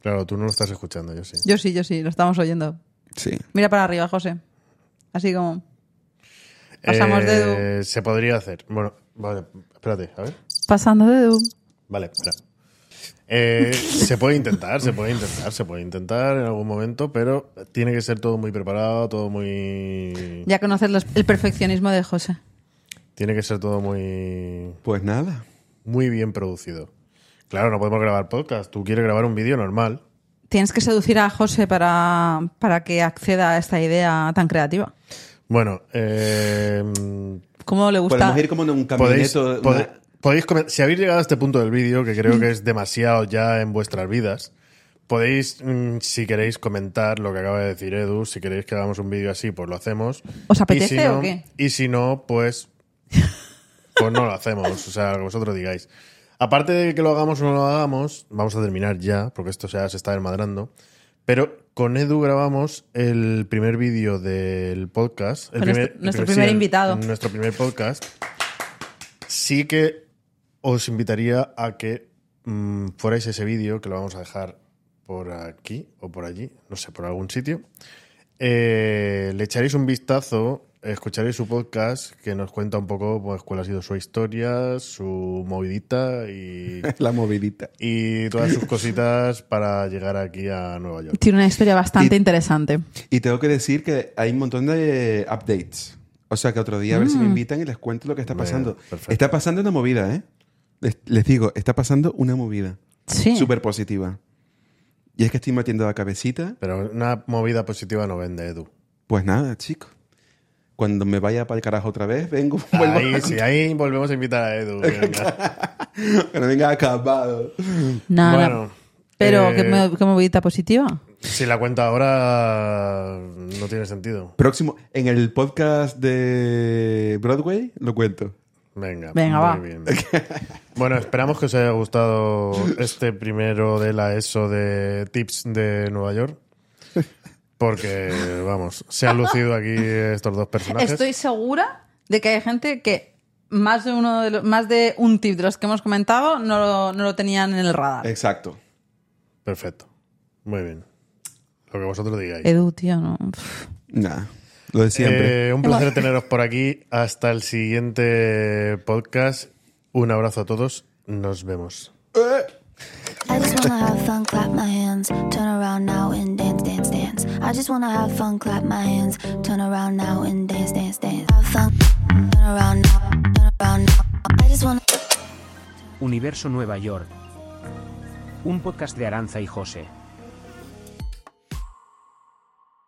Claro, tú no lo estás escuchando, yo sí.
Yo sí, yo sí, lo estamos oyendo.
Sí.
Mira para arriba, José. Así como. Pasamos de
Eh, Se podría hacer. Bueno, vale, espérate, a ver.
Pasando de Edu.
Vale, espera. Eh, se puede intentar, se puede intentar, se puede intentar en algún momento, pero tiene que ser todo muy preparado, todo muy.
Ya conoces los- el perfeccionismo de José.
Tiene que ser todo muy.
Pues nada.
muy bien producido. Claro, no podemos grabar podcast. Tú quieres grabar un vídeo normal.
Tienes que seducir a José para, para que acceda a esta idea tan creativa.
Bueno, eh, mm,
¿Cómo le gusta?
Podemos ir como en un
podéis,
camioneto. una-
pode- podéis comen- si habéis llegado a este punto del vídeo, que creo
Mm.
que es demasiado ya en vuestras vidas, podéis, mm, si queréis, comentar lo que acaba de decir Edu. Si queréis que hagamos un vídeo así, pues lo hacemos.
¿Os
Y
apetece
si no-
o qué?
Y si no, pues, pues no lo hacemos. O sea, lo que vosotros digáis. Aparte de que lo hagamos o no lo hagamos, vamos a terminar ya, porque esto ya se está desmadrando. Pero con Edu grabamos el primer vídeo del podcast. El
Con nuestro-
el
nuestro
sí,
primer
el-
invitado.
Nuestro primer podcast. Sí que os invitaría a que mm, fuerais ese vídeo, que lo vamos a dejar por aquí o por allí, no sé, por algún sitio. Eh, le echaréis un vistazo, escucharéis su podcast que nos cuenta un poco pues, cuál ha sido su historia, su movidita y,
La movidita.
y todas sus cositas para llegar aquí a Nueva York.
Tiene una historia bastante
Y-
interesante.
Y tengo que decir que hay un montón de updates. O sea que otro día a ver si me invitan y les cuento lo que está
Mm. Bueno,
pasando.
perfecto.
está pasando una movida, ¿eh? Les, les digo, está pasando una movida.
Sí.
Súper positiva. Y es que estoy metiendo la cabecita.
Pero una movida positiva no vende, Edu.
Pues nada, chicos. Cuando me vaya para el carajo otra vez, vengo. vuelvo
Ahí, sí, ahí volvemos a invitar a Edu. venga.
Que no venga acabado.
Nada.
Bueno,
Pero,
eh,
¿qué, mo- qué movidita positiva?
Si la cuenta ahora no tiene sentido.
Próximo, en el podcast de Broadway lo cuento.
Venga,
Venga,
muy
va.
bien. Bueno, esperamos que os haya gustado este primero de la ESO de Tips de Nueva York. Porque, vamos, se han lucido aquí estos dos personajes.
Estoy segura de que hay gente que más de uno de los- más de un tip de los que hemos comentado no lo, no lo tenían en el
Ah. Eh,
radar.
Exacto.
Perfecto. Muy bien. Lo que vosotros digáis.
Edu, tío, no.
Nada. Lo de siempre.
Eh, un placer teneros por aquí. Hasta el siguiente podcast. Un abrazo a todos. Nos vemos.
I just wanna have fun, clap my hands, turn around now and dance, dance, dance. I just wanna have fun, clap my hands, turn around now and dance, dance, dance. Have fun, turn around now, turn around now. I just wanna.
Universo Nueva York. Un podcast de Aranza y José.